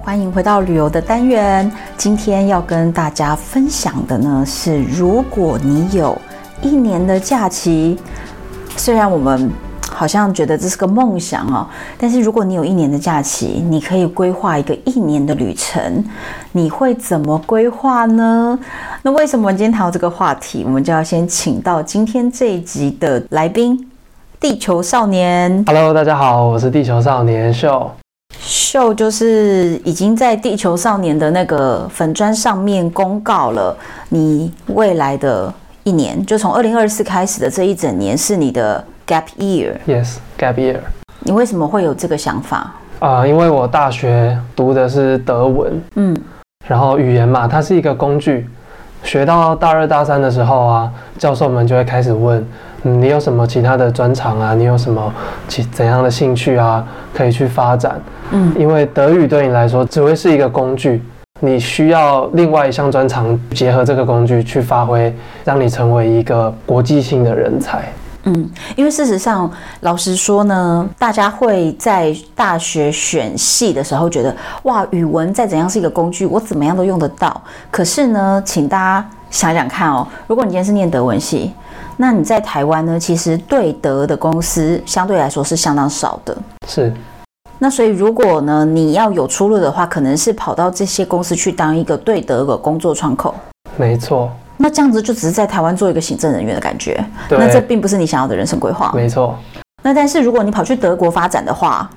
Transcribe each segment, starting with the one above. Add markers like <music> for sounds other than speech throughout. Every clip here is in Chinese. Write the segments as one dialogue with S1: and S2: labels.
S1: 欢迎回到旅游的单元。今天要跟大家分享的呢是，如果你有一年的假期，虽然我们好像觉得这是个梦想哦，但是如果你有一年的假期，你可以规划一个一年的旅程，你会怎么规划呢？那为什么今天谈到这个话题，我们就要先请到今天这一集的来宾——地球少年。
S2: Hello，大家好，我是地球少年秀。
S1: 秀就是已经在《地球少年》的那个粉砖上面公告了，你未来的一年，就从二零二四开始的这一整年是你的 gap year。
S2: Yes，gap year。
S1: 你为什么会有这个想法？
S2: 啊、因为我大学读的是德文，
S1: 嗯，
S2: 然后语言嘛，它是一个工具。学到大二大三的时候啊，教授们就会开始问，嗯，你有什么其他的专长啊？你有什么其怎样的兴趣啊？可以去发展。
S1: 嗯，
S2: 因为德语对你来说只会是一个工具，你需要另外一项专长结合这个工具去发挥，让你成为一个国际性的人才。
S1: 嗯，因为事实上，老实说呢，大家会在大学选系的时候觉得，哇，语文再怎样是一个工具，我怎么样都用得到。可是呢，请大家想想看哦，如果你今天是念德文系，那你在台湾呢，其实对德的公司相对来说是相当少的。
S2: 是，
S1: 那所以，如果呢你要有出路的话，可能是跑到这些公司去当一个对德的工作窗口。
S2: 没错。
S1: 那这样子就只是在台湾做一个行政人员的感觉，
S2: 对，
S1: 那这并不是你想要的人生规划。
S2: 没错，
S1: 那但是如果你跑去德国发展的话，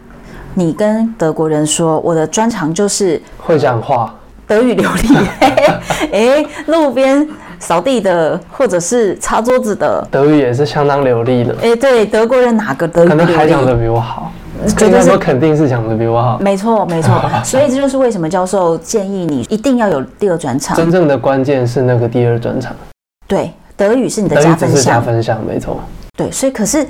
S1: 你跟德国人说我的专长就是
S2: 会讲话，
S1: 德语流利， <laughs> 诶，路边扫地的或者是擦桌子的，
S2: 德语也是相当流利的，
S1: 诶，对，德国人哪个德语
S2: 可能还
S1: 流
S2: 讲
S1: 利？
S2: 得比我好，
S1: 绝对
S2: 应该
S1: 是啊
S2: 说肯定是讲得比我好。
S1: 没错，没
S2: <laughs>
S1: 错，所以这就是为什么教授建议你一定要有第二专
S2: 真
S1: 场。
S2: 正的关键是那个第二专场，
S1: 对，德语是你的
S2: 德
S1: 加
S2: 语只
S1: 分
S2: 是加
S1: 项。
S2: 分项，没错，
S1: 对，所以可是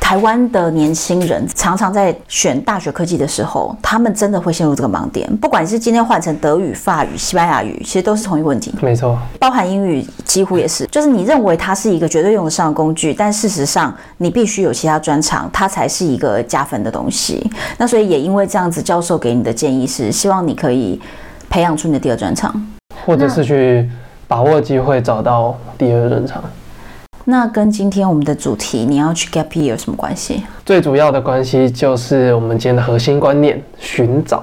S1: 台湾的年轻人常常在选大学科技的时候，他们真的会陷入这个盲点。不管是今天换成德语、法语、西班牙语，其实都是同一个问题，
S2: 没错，
S1: 包含英语几乎也是。就是你认为它是一个绝对用得上的工具，但事实上你必须有其他专长，它才是一个加分的东西。那所以也因为这样子，教授给你的建议是，希望你可以培养出你的第二专长。
S2: 或者是去把握机会找到第二专场。
S1: 那跟今天我们的主题你要去 gap year 有什么关系？
S2: 最主要的关系就是我们今天的核心观念——寻找。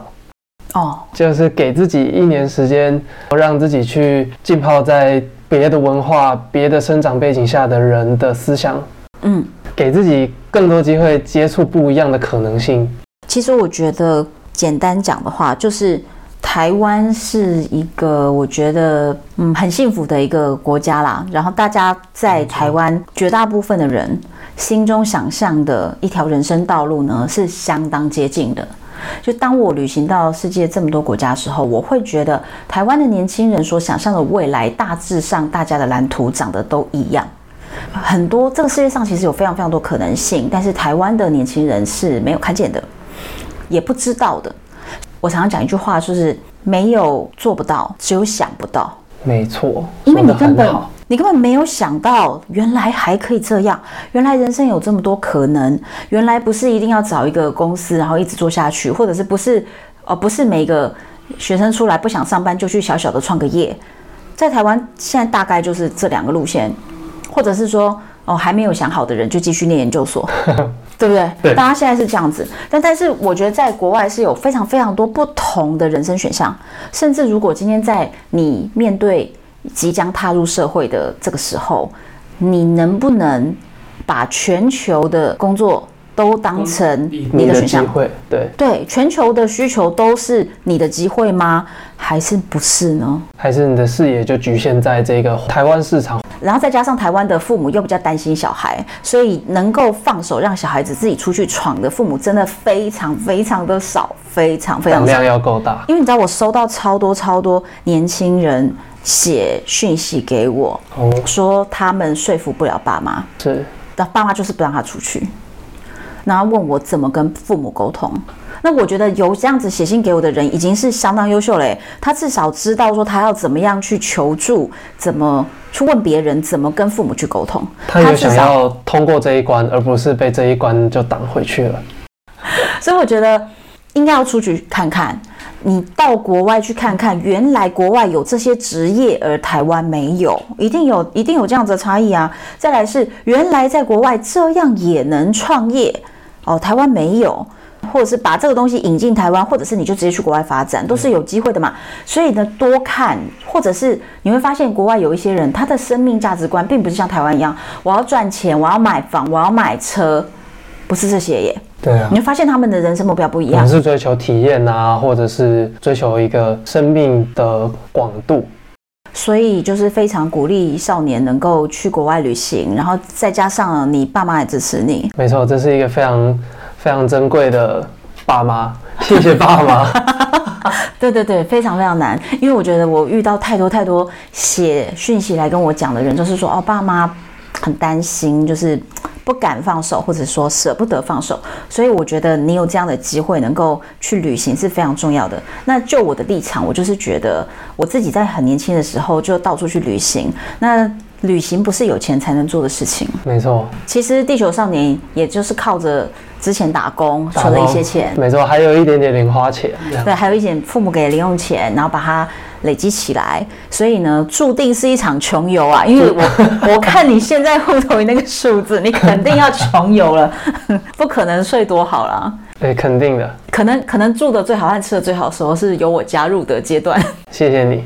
S1: 哦，
S2: 就是给自己一年时间，让自己去浸泡在别的文化、别的生长背景下的人的思想，
S1: 嗯。
S2: 给自己更多机会接触不一样的可能性。
S1: 其实我觉得，简单讲的话，就是台湾是一个我觉得嗯很幸福的一个国家啦。然后大家在台湾绝大部分的人心中想象的一条人生道路呢，是相当接近的。就当我旅行到世界这么多国家的时候，我会觉得台湾的年轻人所想象的未来，大致上大家的蓝图长得都一样。很多这个世界上其实有非常非常多可能性，但是台湾的年轻人是没有看见的，也不知道的。我常常讲一句话，就是没有做不到，只有想不到。
S2: 没错，
S1: 因为
S2: 说
S1: 你
S2: 得
S1: 根
S2: 很
S1: 本
S2: 好，
S1: 你根本没有想到，原来还可以这样，原来人生有这么多可能，原来不是一定要找一个公司，然后一直做下去，或者是不是呃不是每个学生出来不想上班就去小小的创个业，在台湾现在大概就是这两个路线，或者是说哦还没有想好的人就继续念研究所，对不对？
S2: 对
S1: 大家现在是这样子，但但是我觉得在国外是有非常非常多不同的人生选项，甚至如果今天在你面对即将踏入社会的这个时候，你能不能把全球的工作都当成你
S2: 你
S1: 的
S2: 的
S1: 选
S2: 机
S1: 项。
S2: 会，对，
S1: 对，全球的需求都是你的机会吗？还是不是呢？
S2: 还是你的视野就局限在这个台湾市场。
S1: 然后再加上台湾的父母又比较担心小孩，所以能够放手让小孩子自己出去闯的父母真的非常非常的少，非常非
S2: 胆
S1: 常少。
S2: 量要够大，
S1: 因为你知道，我收到超多超多年轻人写讯息给我，
S2: 哦，
S1: 说他们说服不了爸妈，
S2: 是
S1: 但爸妈就是不让他出去，然后问我怎么跟父母沟通。那我觉得有这样子写信给我的人已经是相当优秀嘞、他至少知道说他要怎么样去求助，怎么去问别人，怎么跟父母去沟通。
S2: 他有
S1: 至
S2: 想
S1: 少，
S2: 要通过这一关，而不是被这一关就挡回去了。
S1: 所以我觉得应该要出去看看，你到国外去看看，原来国外有这些职业，而台湾没有，一定有一定有这样子的差异啊。再来是原来在国外这样也能创业哦，台湾没有，或者是把这个东西引进台湾，或者是你就直接去国外发展，都是有机会的嘛。所以呢，多看，或者是你会发现国外有一些人，他的生命价值观并不是像台湾一样，我要赚钱，我要买房，我要买车，不是这些耶。
S2: 对啊
S1: 你，会发现他们的人生目标不一
S2: 可
S1: 样
S2: 能。是追求体验啊，或者是追求一个生命的广度。
S1: 所以就是非常鼓励少年能够去国外旅行，然后再加上你爸妈也支持你，
S2: 没错，这是一个非常非常珍贵的爸妈，谢谢爸妈。
S1: <laughs> 对对对，非常非常难，因为我觉得我遇到太多太多写讯息来跟我讲的人，就是说哦，爸妈很担心，就是不敢放手，或者说舍不得放手，所以我觉得你有这样的机会能够去旅行是非常重要的。那就我的立场，我就是觉得我自己在很年轻的时候就到处去旅行，那旅行不是有钱才能做的事情。
S2: 没错，
S1: 其实地球少年也就是靠着之前打工
S2: 打
S1: 存了一
S2: 工
S1: 些钱，
S2: 没错，还有一点点零花钱。这样
S1: 对，还有一点父母给的零用钱，然后把它累积起来，所以呢，注定是一场穷游啊！因为我我看你现在户头里那个数字，你肯定要穷游了，不可能睡多好啦。
S2: 对，哎肯定的，
S1: 可能可能住的最好和吃的最好的时候是由我加入的阶段， <laughs>
S2: 谢谢你，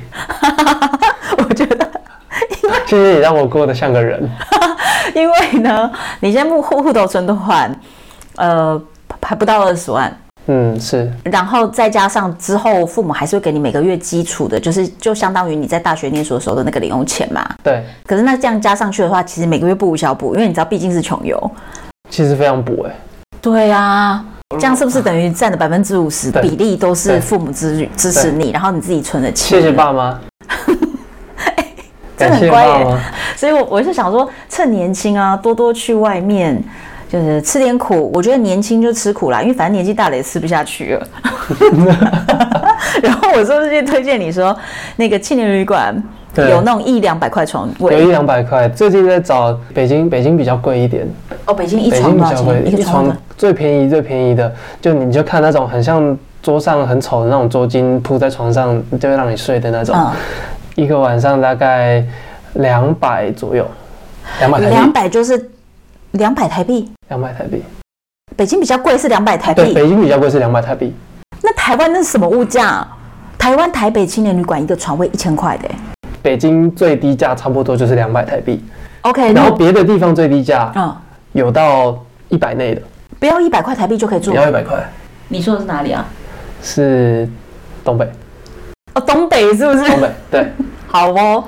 S1: 我觉得，
S2: 谢谢你让我过得像个人。
S1: 因为呢，你现在户户头存款，呃，还不到二十万，
S2: 嗯，是
S1: 然后再加上之后父母还是会给你每个月基础的，就是就相当于你在大学念书的时候的那个零用钱嘛。
S2: 对，
S1: 可是那这样加上去的话，其实每个月不无小补，因为你知道毕竟是穷游。
S2: 其实非常补哎、
S1: 对啊，这样是不是等于占了百分之五十
S2: 对
S1: 比例都是
S2: 对
S1: 父母支支持你，然后你自己存的钱？
S2: 谢谢。
S1: <laughs>
S2: 爸妈，
S1: 哎真的
S2: 感
S1: 很
S2: 谢
S1: 乖耶
S2: 爸妈。
S1: 所以我我是想说，趁年轻啊，多多去外面。就是吃点苦，我觉得年轻就吃苦啦，因为反正年纪大了也吃不下去
S2: <laughs>
S1: 了。然后我是不是就推荐你说，那个青年旅馆
S2: 对
S1: 有那种一两百块床
S2: 有一
S1: 位？
S2: 两百块，最近在找北京，北京比较贵一点，
S1: 哦，北京一
S2: 北
S1: 床
S2: 京比
S1: 多少
S2: 较贵，
S1: 钱？一个床多少钱
S2: 最便宜最便宜的，就你就看那种很像桌上很丑的那种桌巾铺在床上，就会让你睡的那种，
S1: 嗯，
S2: 一个晚上大概两百左右，两百台
S1: 两
S2: 币，
S1: 百就是两百台币，
S2: 两百台币，
S1: 北京比较贵是两百台
S2: 对，
S1: 币，
S2: 北京比较贵是两百台币，
S1: 那台湾那是什么物价啊？台湾台北青年旅馆一个床位一千块的欸、
S2: 北京最低价差不多就是两百台币，
S1: OK，
S2: 然
S1: 哎那
S2: 后别的地方最低价
S1: 嗯，
S2: 有到一百内的，
S1: 不要一百块台币就可以住
S2: 也。要一百块，
S1: 你说的是哪里啊？
S2: 是东北，
S1: 哦，东北是不是？
S2: 东北对，
S1: 好哦，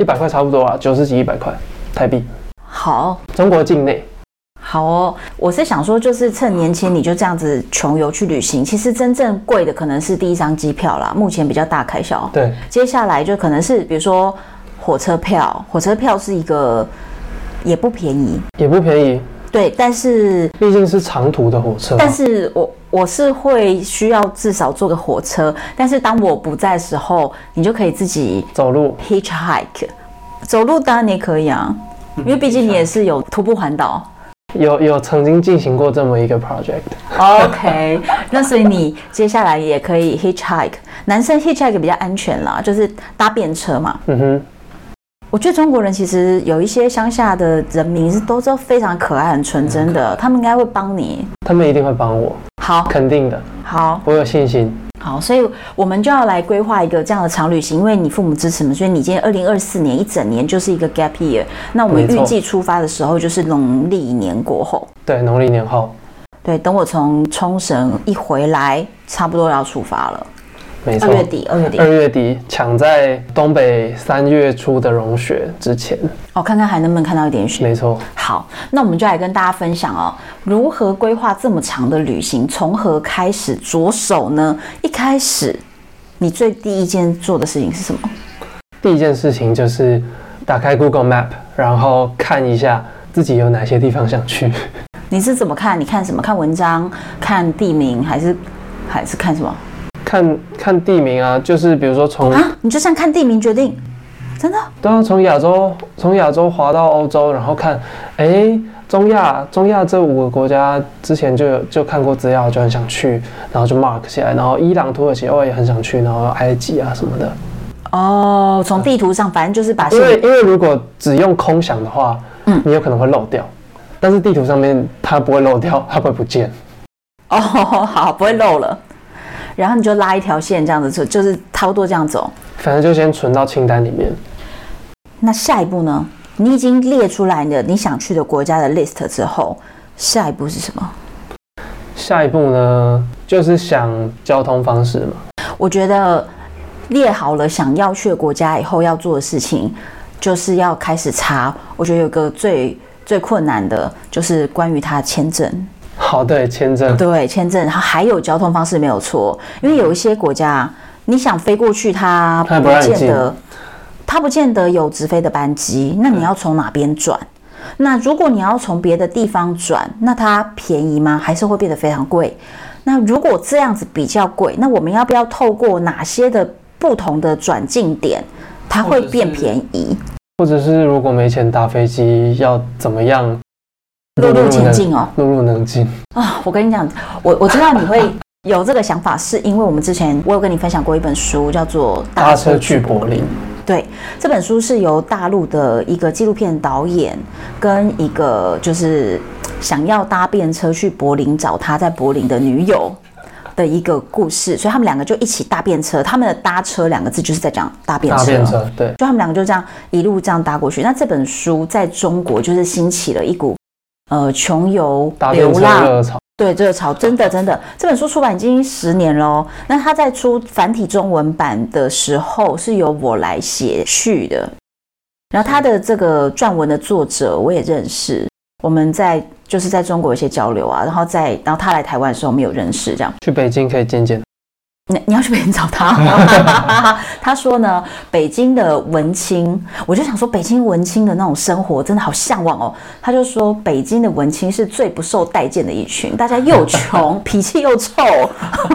S2: 一百块差不多啊，九十几一百块台币，
S1: 好。
S2: 中国境内。
S1: 好哦，我是想说，就是趁年轻你就这样子穷游去旅行，其实真正贵的可能是第一张机票啦，目前比较大开销。
S2: 对，
S1: 接下来就可能是比如说火车票，火车票是一个也不便宜，
S2: 也不便宜，
S1: 对，但是
S2: 毕竟是长途的火车嘛。
S1: 但是我我是会需要至少坐个火车，但是当我不在的时候，你就可以自己
S2: 走路
S1: hitchhike，走路当然你也可以啊，因为毕竟你也是有徒步环岛。
S2: 有有曾经进行过这么一个 project，
S1: OK，那所以你接下来也可以 hitchhike，男生 hitchhike 比较安全啦，就是搭便车嘛。
S2: 嗯哼，
S1: 我觉得中国人其实有一些乡下的人民是都都非常可爱、很纯真的，他们应该会帮你。
S2: 他们一定会帮我，
S1: 好，
S2: 肯定的，
S1: 好。
S2: 我有信心。
S1: 好，所以我们就要来规划一个这样的长旅行，因为你父母支持嘛，所以你今年二零二四年一整年就是一个 gap year。那我们
S2: 没
S1: 预
S2: 错
S1: 计出发的时候就是农历年过后，
S2: 对，农历年后，
S1: 对，等我从冲绳一回来，差不多要出发了。
S2: 没错嗯
S1: 二。月底，二月底
S2: 二，月底抢在东北三月初的融雪之前，
S1: 哦，看看还能不能看到一点雪。
S2: 没错。
S1: 好，那我们就来跟大家分享哦，如何规划这么长的旅行，从何开始着手呢？一开始，你最第一件做的事情是什么？
S2: 第一件事情就是打开 Google Map，然后看一下自己有哪些地方想去。 <laughs>
S1: 你是怎么看？你看什么？看文章？看地名？还是还是看什么
S2: 看看地名啊，就是比如说从
S1: 啊？你就像看地名决定，真的？
S2: 对啊，从亚洲从亚洲滑到欧洲，然后看，哎，中亚中亚这五个国家之前就有就看过资料，就很想去，然后就 mark 起来，然后伊朗、土耳其，哦也很想去，然后埃及啊什么的。
S1: 哦，从地图上，反正就是把
S2: 因为
S1: 线
S2: 因为如果只用空想的话，
S1: 嗯
S2: 你有可能会漏掉，但是地图上面它不会漏掉，它不会不见。
S1: 哦，好，不会漏了。然后你就拉一条线，这样子就就是差不多这样走。
S2: 反正就先存到清单里面。
S1: 那下一步呢？你已经列出来你的你想去的国家的 list 之后，下一步是什么？
S2: 下一步呢，就是想交通方式嘛。
S1: 我觉得列好了想要去的国家以后要做的事情，就是要开始查。我觉得有个最最困难的就是关于他签证，
S2: 好，对，签证，
S1: 对签证，然后还有交通方式没有错，因为有一些国家你想飞过去，它
S2: 它也不
S1: 不
S2: 让你
S1: 见
S2: 进
S1: 得它不见得有直飞的班机，那你要从哪边转？那如果你要从别的地方转，那它便宜吗？还是会变得非常贵？那如果这样子比较贵，那我们要不要透过哪些的不同的转境点，它
S2: 或者
S1: 会变
S2: 是
S1: 便宜？
S2: 或者是如果没钱搭飞机，要怎么样
S1: 陆路前
S2: 能
S1: 进哦。
S2: 陆路能进？
S1: 啊，我跟你讲，我我知道你会 <laughs> 有这个想法，是因为我们之前我有跟你分享过一本书，叫做《
S2: 搭车去柏林，
S1: 对，这本书是由大陆的一个纪录片导演跟一个就是想要搭便车去柏林找他在柏林的女友的一个故事，所以他们两个就一起搭便车。他们的“搭车”两个字就是在讲搭便
S2: 搭
S1: 车。
S2: 便车，对，
S1: 就他们两个就这样一路这样搭过去。那这本书在中国就是兴起了一股呃穷游
S2: 搭便
S1: 流
S2: 车
S1: 浪
S2: 热潮。
S1: 对，热潮真的真的，这本书出版已经十年了哦。那它在出繁体中文版的时候，是由我来写序的。然后它的这个撰文的作者我也认识，我们在就是在中国有一些交流啊，然后在然后他来台湾的时候我们有认识这样。
S2: 去北京可以见见，
S1: 你你要去北京找他？他说呢，北京的文青，我就想说北京文青的那种生活真的好向往哦。他就说北京的文青是最不受待见的一群，大家又穷，脾气又臭。 <laughs>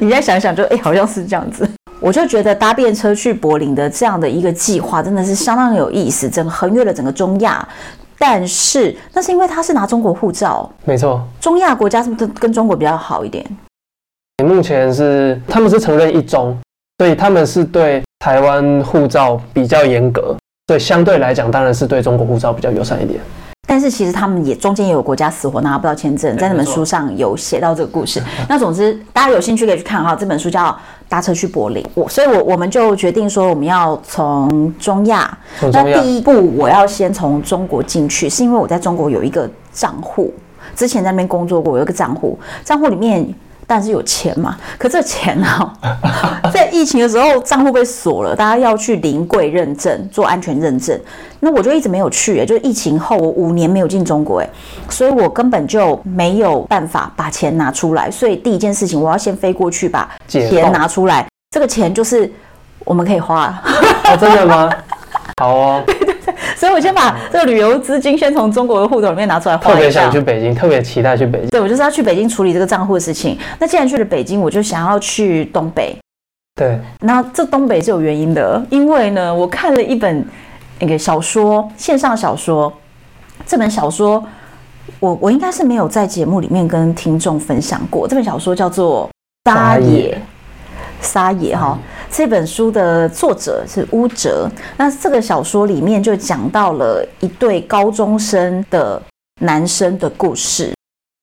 S1: 你再想想就，哎，好像是这样子。我就觉得搭便车去柏林的这样的一个计划真的是相当有意思，整个横越了整个中亚。但是那是因为他是拿中国护照，
S2: 没错。
S1: 中亚国家是不是跟中国比较好一点？
S2: 目前是他们是承认一中，所以他们是对台湾护照比较严格，所以相对来讲当然是对中国护照比较友善一点。
S1: 但是其实他们也中间也有国家死活拿不到签证，在那本
S2: 没错
S1: 书上有写到这个故事。那总之，大家有兴趣可以去看哈，这本书叫《搭车去柏林》。我，所以我我们就决定说，我们要从中亚。
S2: 从
S1: 那
S2: 中亚
S1: 第一步，我要先从中国进去，是因为我在中国有一个账户，之前在那边工作过，我有一个账户，账户里面。但是有钱嘛？可这钱呢、啊 <laughs> 在疫情的时候账户被锁了，大家要去临柜认证做安全认证，那我就一直没有去、欸，就是疫情后我五年没有进中国、欸，所以我根本就没有办法把钱拿出来，所以第一件事情我要先飞过去把
S2: 解
S1: 钱
S2: 放
S1: 拿出来，这个钱就是我们可以花，
S2: 哦，真的吗？
S1: <laughs>
S2: 好哦，
S1: 所以我先把这个旅游资金先从中国的户头里面拿出来花
S2: 嗯特别
S1: 一下
S2: 想。去北京，特别期待去北京。
S1: 对，我就是要去北京处理这个账户的事情。那既然去了北京，我就想要去东北。
S2: 对，
S1: 那这东北是有原因的，因为呢，我看了一本那个小说，线上小说。这本小说，我我应该是没有在节目里面跟听众分享过。这本小说叫做《
S2: 撒
S1: 撒
S2: 野
S1: 野》，撒野哈。这本书的作者是乌哲。那这个小说里面就讲到了一对高中生的男生的故事。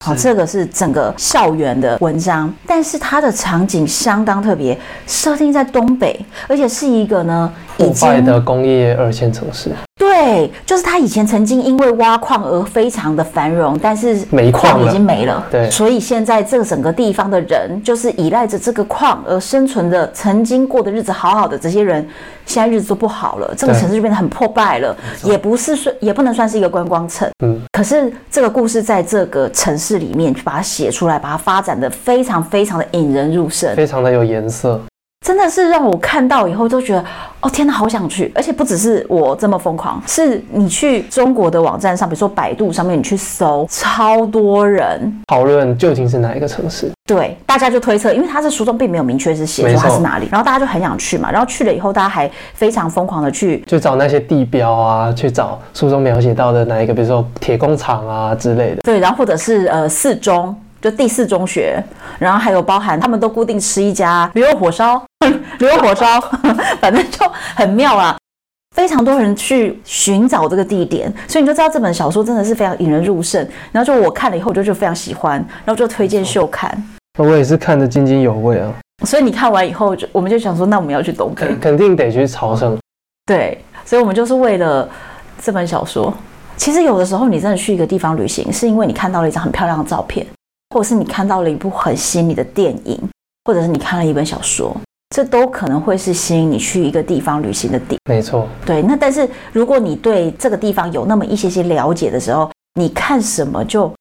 S1: 好，
S2: 是
S1: 哦这个是整个校园的文章，但是它的场景相当特别，设定在东北，而且是一个呢已
S2: 腐败
S1: 经
S2: 的工业二线城市。
S1: 对对，就是他以前曾经因为挖矿而非常的繁荣，但是
S2: 没矿了
S1: 已经没了。
S2: 对
S1: 所以现在这整个地方的人，就是依赖着这个矿而生存的，曾经过的日子好好的这些人，现在日子都不好了，这个
S2: 对
S1: 城市就变得很破败了，也不是算，也不能算是一个观光城。
S2: 嗯，
S1: 可是这个故事在这个城市里面，去把它写出来，把它发展的非常非常的引人入胜。
S2: 非常的有颜色。
S1: 真的是让我看到以后都觉得，哦天哪，好想去！而且不只是我这么疯狂，是你去中国的网站上，比如说百度上面，你去搜，超多人。
S2: 讨论究竟是哪一个城市？
S1: 对，大家就推测，因为他是书中并没有明确是写
S2: 没
S1: 说
S2: 错
S1: 它是哪里，然后大家就很想去嘛，然后去了以后，大家还非常疯狂的去，
S2: 就找那些地标啊，去找书中描写到的哪一个，比如说铁工厂啊之类的。
S1: 对，然后或者是呃四中，就第四中学，然后还有包含他们都固定吃一家驴肉火烧， <laughs> 驴肉火烧， <laughs> 反正就很妙啊。非常多人去寻找这个地点，所以你就知道这本小说真的是非常引人入胜。然后就我看了以后，我就就非常喜欢，然后就推荐秀看。
S2: 我也是看得津津有味啊，
S1: 所以你看完以后，就我们就想说，那我们要去东北
S2: 肯。肯定得去朝圣。
S1: 对，所以我们就是为了这本小说。其实有的时候，你真的去一个地方旅行，是因为你看到了一张很漂亮的照片，或者是你看到了一部很吸引你的电影，或者是你看了一本小说，这都可能会是吸引你去一个地方旅行的点。
S2: 没错，
S1: 对，那但是如果你对这个地方有那么一些些了解的时候，你看什么就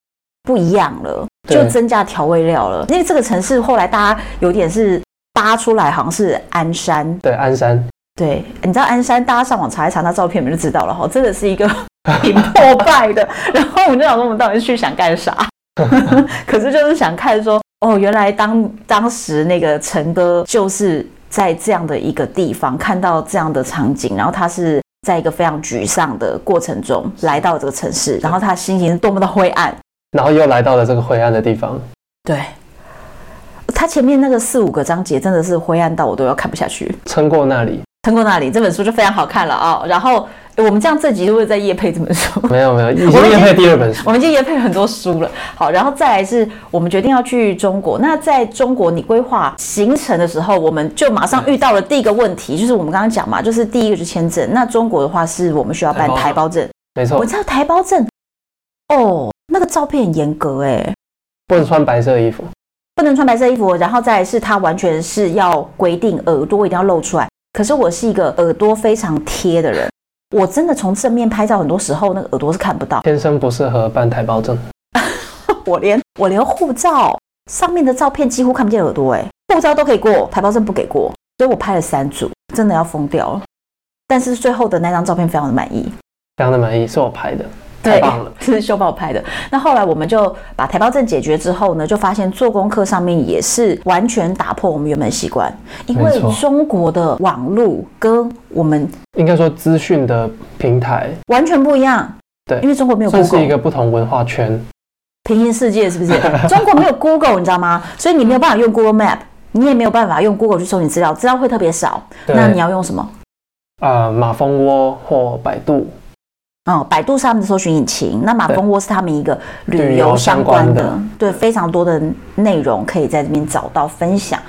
S1: 不一样了，
S2: 对
S1: 就增加调味料了。因为这个城市后来大家有点是扒出来，好像是鞍山
S2: 对，鞍山
S1: 对，你知道鞍山，大家上网查一查那照片，你们就知道了哈，真的是一个 <laughs> 挺破败的。 <laughs> 然后我们就想说，我们到底去想干啥？ <laughs> 可是就是想看说，哦，原来当当时那个陈哥就是在这样的一个地方看到这样的场景，然后他是在一个非常沮丧的过程中来到这个城市，然后他心情是多么的灰暗。
S2: 然后又来到了这个灰暗的地方。
S1: 对，他前面那个四五个章节真的是灰暗到我都要看不下去。
S2: 撑过那里，
S1: 撑过那里这本书就非常好看了啊、然后诶我们这样这集就会在夜配这本书， <laughs>
S2: 没有没有，已
S1: 我
S2: 经
S1: 已经
S2: 验配第二本书。
S1: 我们已经夜配很多书了。好，然后再来是我们决定要去中国。那在中国你规划行程的时候，我们就马上遇到了第一个问题，就是我们刚刚讲嘛，就是第一个就是签证。那中国的话是我们需要办台
S2: 台
S1: 胞
S2: 胞
S1: 证，
S2: 没
S1: 我
S2: 错，
S1: 知道台胞证哦，那个照片很严格哎、
S2: 不能穿白色衣服。
S1: 不能穿白色衣服，然后再来是它完全是要规定耳朵一定要露出来。可是我是一个耳朵非常贴的人，我真的从正面拍照，很多时候那个耳朵是看不到。 <laughs>
S2: 天生不适合办台胞证，
S1: 我连我连护照上面的照片几乎看不见耳朵、欸，哎，护照都可以过，台胞证不给过，所以我拍了三组，真的要疯掉了。但是最后的那张照片非常的满意，
S2: 非常的满意，是我拍的，太
S1: 对
S2: 棒
S1: <laughs>
S2: 了，，
S1: 是秀宝拍的。那后来我们就把台胞证解决之后呢，就发现做功课上面也是完全打破我们原本的习惯，因为
S2: 没错
S1: 中国的网络跟我们
S2: 应该说资讯的平台
S1: 完全不一样。
S2: 对
S1: 因为中国没有
S2: 算是一
S1: Google，
S2: 个不同文化圈，
S1: 平行世界是不 <laughs> 是？中国没有 Google，你知道吗？所以你没有办法用 Google Map，你也没有办法用 Google 去搜你资料，资料会特别少。
S2: 对
S1: 那你要用什么？
S2: 啊、马蜂窝或百度，
S1: 哦，百度是他们的搜寻引擎，那马蜂窝是他们一个旅
S2: 旅
S1: 游
S2: 游
S1: 相
S2: 相
S1: 关
S2: 关
S1: 的，
S2: 的
S1: 对，非常多的内容可以在这边找到分享。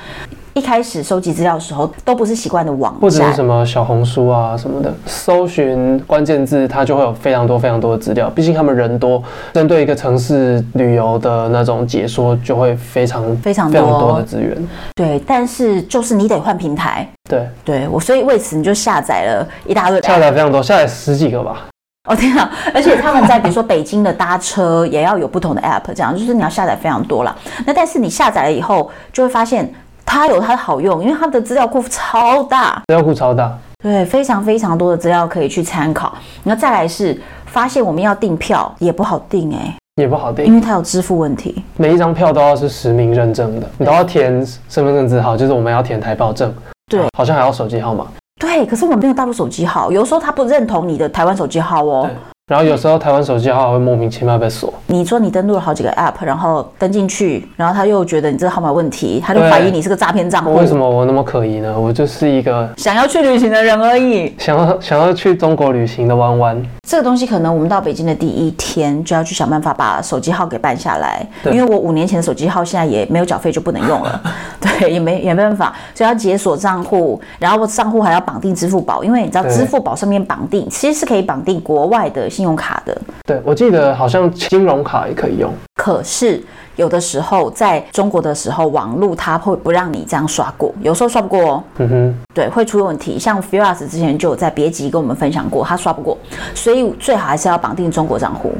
S1: 一开始收集资料的时候，都不是习惯的网
S2: 或者
S1: 站
S2: 是，什么小红书啊什么的，搜寻关键字，它就会有非常多非常多的资料。毕竟他们人多，针对一个城市旅游的那种解说，就会非常
S1: 非常
S2: 非常多
S1: 多
S2: 的，资源。
S1: 对。但是就是你得换平台，
S2: 对，
S1: 对我，所以为此你就下载了一大
S2: <laughs>
S1: 堆。
S2: 下载非常多，下载十几个吧。
S1: 哦天啊！而且他们在比如说北京的搭车也要有不同的 app，这样就是你要下载非常多啦。那但是你下载了以后，就会发现它有它的好用，因为它的资料库超大，
S2: 资料库超大，
S1: 对，非常非常多的资料可以去参考。那再来是发现我们要订票也不好订哎、
S2: 也不好
S1: 因
S2: 订，
S1: 为它有支付问题。
S2: 每一张票都要是实名认证的，你都要填身份证字号，就是我们要填台胞证，
S1: 对
S2: 好像还要手机号码。
S1: 对，可是我们没有大陆手机号，有时候它不认同你的台湾手机号哦。
S2: 对然后有时候台湾手机号会莫名其妙被锁，
S1: 你说你登录了好几个 App，然后登进去，然后他又觉得你这个号码有问题，他就
S2: 对
S1: 怀疑你是个诈骗账户
S2: 为。什么我那么可疑呢？我就是一个
S1: 想要去旅行的人而已。
S2: 想要想要去中国旅行的弯弯。
S1: 这个东西可能我们到北京的第一天就要去想办法把手机号给办下来，
S2: 对
S1: 因为我五年前的手机号现在也没有缴费就不能用
S2: <laughs>
S1: 了，对，也没也没办法，所以要解锁账户，然后账户还要绑定支付宝，因为你知道
S2: 对
S1: 支付宝上面绑定其实是可以绑定国外的信用卡的，
S2: 对，我记得好像金融卡也可以用。
S1: 可是有的时候在中国的时候，网络它会不让你这样刷过，有时候刷不过哦。
S2: 嗯哼，
S1: 对，会出问题。像 Firas 之前就有在别集跟我们分享过，他刷不过，所以最好还是要绑定中国账户。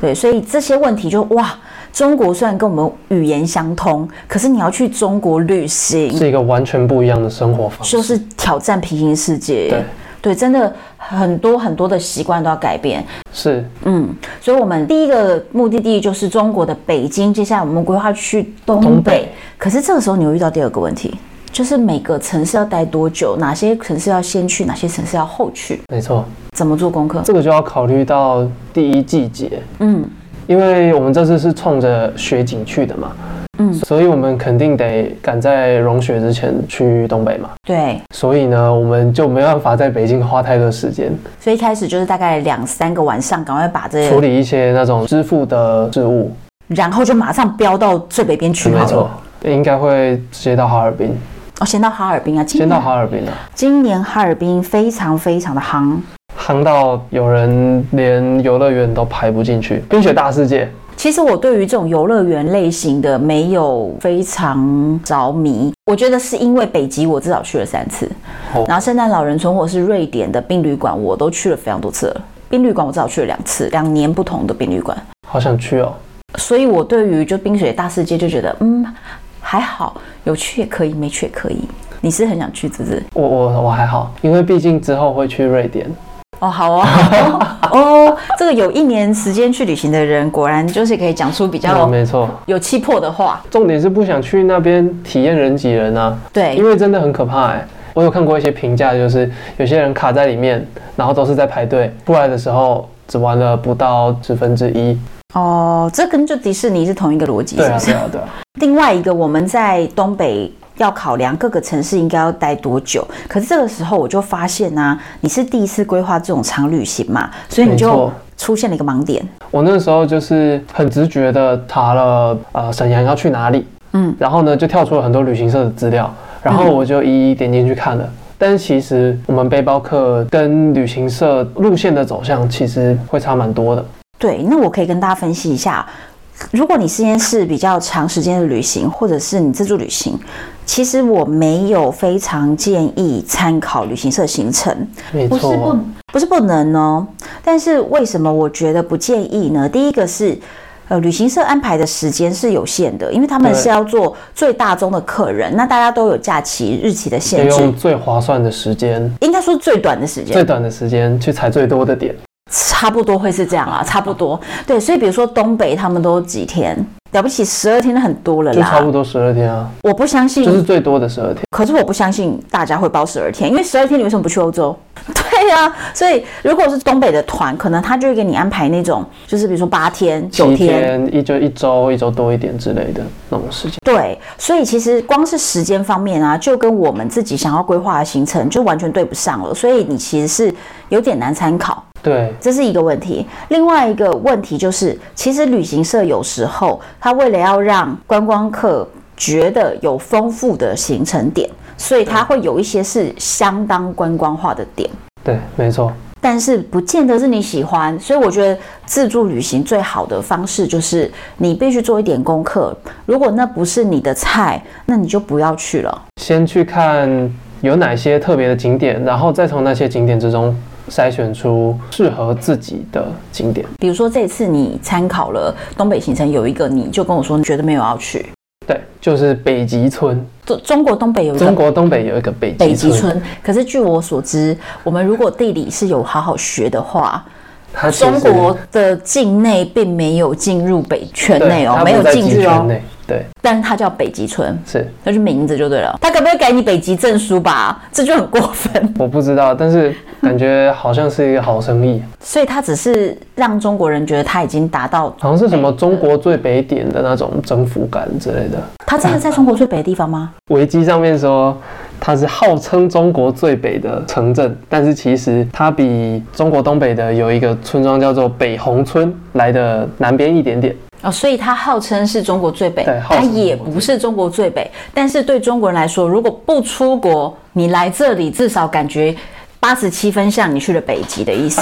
S1: 对，所以这些问题就哇，中国虽然跟我们语言相通，可是你要去中国旅行，
S2: 是一个完全不一样的生活方式。
S1: 就是挑战平行世界。
S2: 对，
S1: 对，真的很多很多的习惯都要改变。
S2: 是
S1: 嗯，所以我们第一个目的地就是中国的北京，接下来我们规划去东北。
S2: 东北
S1: 可是这个时候你又遇到第二个问题，就是每个城市要待多久，哪些城市要先去，哪些城市要后去，
S2: 没错，
S1: 怎么做功课？
S2: 这个就要考虑到第一季节，
S1: 嗯，
S2: 因为我们这次是冲着雪景去的嘛。
S1: 嗯
S2: 所以我们肯定得赶在融雪之前去东北嘛，
S1: 对，
S2: 所以呢，我们就没办法在北京花太多时间
S1: 所以一开始就是大概两三个晚上，赶快把这
S2: 处理一些那种支付的事务。
S1: 然后就马上飙到最北边去好
S2: 没
S1: 了。
S2: 错，应该会直接到哈尔滨，
S1: 哦，先到哈尔滨啊，今
S2: 先
S1: 年
S2: 到哈尔滨啊，
S1: 今年哈尔滨非常非常的夯，
S2: 夯到有人连游乐园都排不进去，冰雪大世界。
S1: 其实我对于这种游乐园类型的没有非常着迷，我觉得是因为北极我至少去了三次，
S2: 哦
S1: 然后圣诞老人村或是瑞典的宾旅馆我都去了非常多次了，宾旅馆我至少去了两次，两年不同的宾旅馆，
S2: 好想去哦！
S1: 所以我对于就冰雪大世界就觉得嗯还好，有去也可以，没去也可以。你是很想去，是不是？
S2: 我我我还好，因为毕竟之后会去瑞典。
S1: 哦，好
S2: <laughs>
S1: 哦，哦，这个有一年时间去旅行的人，果然就是可以讲出比
S2: 嗯
S1: 较
S2: 没错，
S1: 有气魄的话。
S2: 重点是不想去那边体验人挤人啊，
S1: 对
S2: 因，为真的很可怕哎、我有看过一些评价，就是有些人卡在里面，然后都是在排队，出来的时候只玩了不到十分之一。
S1: 哦，这跟就迪士尼是同一个逻辑，
S2: 对
S1: 是
S2: 啊
S1: 不，是？
S2: 对啊，对啊。
S1: 另外一个，我们在东北要考量各个城市应该要待多久，可是这个时候我就发现呢、你是第一次规划这种长旅行嘛，所以你
S2: 没
S1: 就
S2: 错
S1: 出现了一个盲点。
S2: 我那时候就是很直觉的查了呃沈阳要去哪里，
S1: 嗯，
S2: 然后呢就跳出了很多旅行社的资料，然后我就一一点进去看了。但其实我们背包客跟旅行社路线的走向其实会差蛮多的。
S1: 对，那我可以跟大家分析一下，如果你先是比较长时间的旅行，或者是你自助旅行，其实我没有非常建议参考旅行社行程，
S2: 没
S1: 不是不
S2: 错，
S1: 不是不能哦，但是为什么我觉得不建议呢？第一个是。呃，旅行社安排的时间是有限的，因为他们
S2: 对
S1: 是要做最大宗的客人，那大家都有假期日期的
S2: 就
S1: 限制
S2: 用，最划算的时间、
S1: 应该说最短的时间
S2: 最，短的时间去踩最多的点。
S1: 差不多会是这样
S2: <laughs>
S1: 啊，差不多。对，所以比如说东北他们都几天，了不起十二天就很嗯多了
S2: 就差
S1: 啦。
S2: 不多十二天啊，
S1: 我不相信，
S2: 就是最多的十二天。
S1: 可是我不相信大家会包十二天，因为十二天你为什么不去欧洲？ <laughs> 对呀、所以如果是东北的团，可能他就会给你安排那种，就是比如说八天、九
S2: 七
S1: 天，
S2: 天一就一周，一周多一点之类的那种事情。
S1: 对，所以其实光是时间方面啊，就跟我们自己想要规划的行程就完全对不上了，所以你其实是有点难参考。
S2: 对，
S1: 这是一个问题。另外一个问题就是，其实旅行社有时候他为了要让观光客觉得有丰富的行程点，所以他会有一些是相当观光化的点。
S2: 对，没错。
S1: 但是不见得是你喜欢，所以我觉得自助旅行最好的方式就是你必须做一点功课。如果那不是你的菜，那你就不要去了。
S2: 先去看有哪些特别的景点，然后再从那些景点之中筛选出适合自己的景点。
S1: 比如说这次你参考了东北行程，有一个你就跟我说你觉得没有要去。
S2: 对，就是北极村。
S1: 中中国东北有一个
S2: 中国东北有一个北
S1: 北极
S2: 极村，
S1: 村。可是据我所知，我们如果地理是有好好学的话，
S2: 它其
S1: 中
S2: 实
S1: 国的境内并没有进入北圈内
S2: 对
S1: 哦，
S2: 它
S1: 没有
S2: 不在
S1: 进去
S2: 极圈
S1: 哦。
S2: 内对，
S1: 但是它叫北极村，
S2: 是
S1: 它就名字就对了。它该不会改你北极证书吧？这就很过分。
S2: 我不知道，
S1: <laughs>
S2: 但是感觉好像是一个好生意，
S1: 所以它只是让中国人觉得它已经达到，
S2: 好像是什么中国最北点的那种征服感之类的。
S1: 它真的在中国最北的地方吗？
S2: 维基上面说，它是号称中国最北的城镇，但是其实它比中国东北的有一个村庄叫做北红村来的南边一点点。
S1: 哦，所以它号称是中国最北
S2: 对，号
S1: 它
S2: 称中
S1: 也
S2: 国最北
S1: 不是中国最北。但是对中国人来说，如果不出国，你来这里至少感觉八十七分像你去了北极的意 <laughs> 思，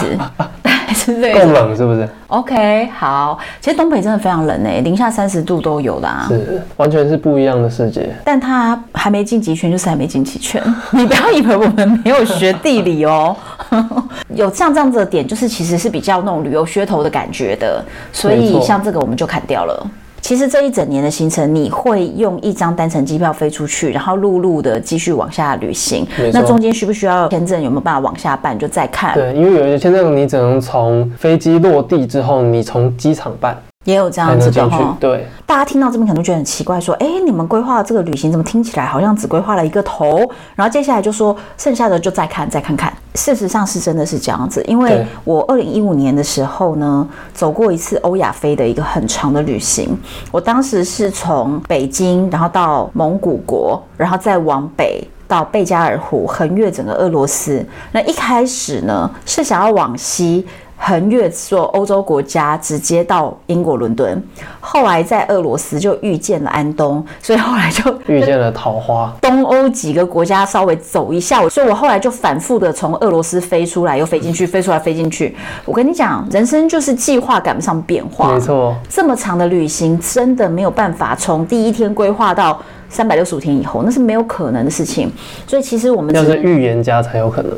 S1: 是这
S2: 够
S1: 个。
S2: 冷是不是？
S1: OK，好，其实东北真的非常冷诶、零下三十度都有的啊。
S2: 是，完全是不一样的世界。
S1: 但他还没进极圈，就是还没进极圈。 <laughs> 你不要以为我们没有学地理哦， <laughs> 有像这样子的点，就是其实是比较那种旅游噱头的感觉的，所
S2: 没
S1: 以
S2: 错
S1: 像这个我们就砍掉了。其实这一整年的行程，你会用一张单程机票飞出去，然后陆路的继续往下旅行
S2: 没。错
S1: 那中间需不需要签证？有没有办法往下办？就再看。
S2: 对，因为有一些签证你只能从飞机落地之后，你从机场办
S1: 也有这
S2: 才
S1: 样子
S2: 能
S1: 的
S2: 进去
S1: 哈。。
S2: 对，
S1: 大家听到这边可能觉得很奇怪，说：“哎，你们规划这个旅行怎么听起来好像只规划了一个头，然后接下来就说剩下的就再看再看看。”事实上是真的是这样子，因为
S2: 对
S1: 我二零一五年的时候呢，走过一次欧亚非的一个很长的旅行。我当时是从北京，然后到蒙古国，然后再往北。到贝加尔湖，横越整个俄罗斯。那一开始呢，是想要往西横越所有欧洲国家，直接到英国伦敦。后来在俄罗斯就遇见了安东，所以后来就
S2: 遇见了桃花。
S1: 东欧几个国家稍微走一下，所以我后来就反复的从俄罗斯飞出来，又飞进去，飞出来，飞进去。我跟你讲，人生就是计划赶不上变化
S2: 没。错，
S1: 这么长的旅行真的没有办法从第一天规划到三百六十五天以后，那是没有可能的事情。所以其实我们
S2: 要
S1: 只
S2: 是预言家才有可能。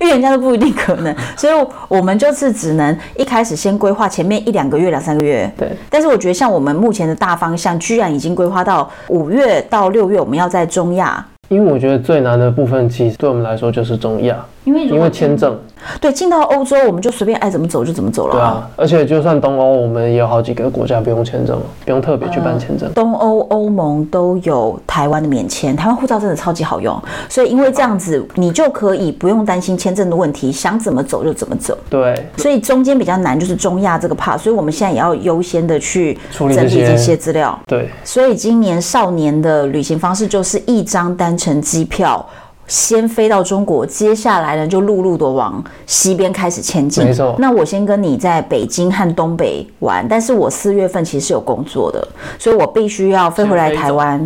S1: 预言家都不一定可能，所以我们就是只能一开始先规划前面一两个月、两三个月。
S2: 对，
S1: 但是我觉得像我们目前的大方向，居然已经规划到五月到六月，我们要在中亚。
S2: 因为我觉得最难的部分，其实对我们来说就是中亚，
S1: 因为
S2: 因为签证。
S1: 对进到欧洲，我们就随便爱怎么走就怎么走了、
S2: 对啊，而且就算东欧，我们也有好几个国家不用签证，不用特别去办签证。
S1: 东欧、欧盟都有台湾的免签，台湾护照真的超级好用，所以因为这样子，你就可以不用担心签证的问题，想怎么走就怎么走。
S2: 对，
S1: 所以中间比较难就是中亚这个 part，所以我们现在也要优先的去
S2: 处
S1: 整理
S2: 理这些
S1: 这些资料。
S2: 对，
S1: 所以今年少年的旅行方式就是一张单程机票，先飞到中国，接下来呢就陆路的往西边开始前进。
S2: 没错
S1: 那我先跟你在北京和东北玩，但是我四月份其实是有工作的，所以我必须要飞回来台湾。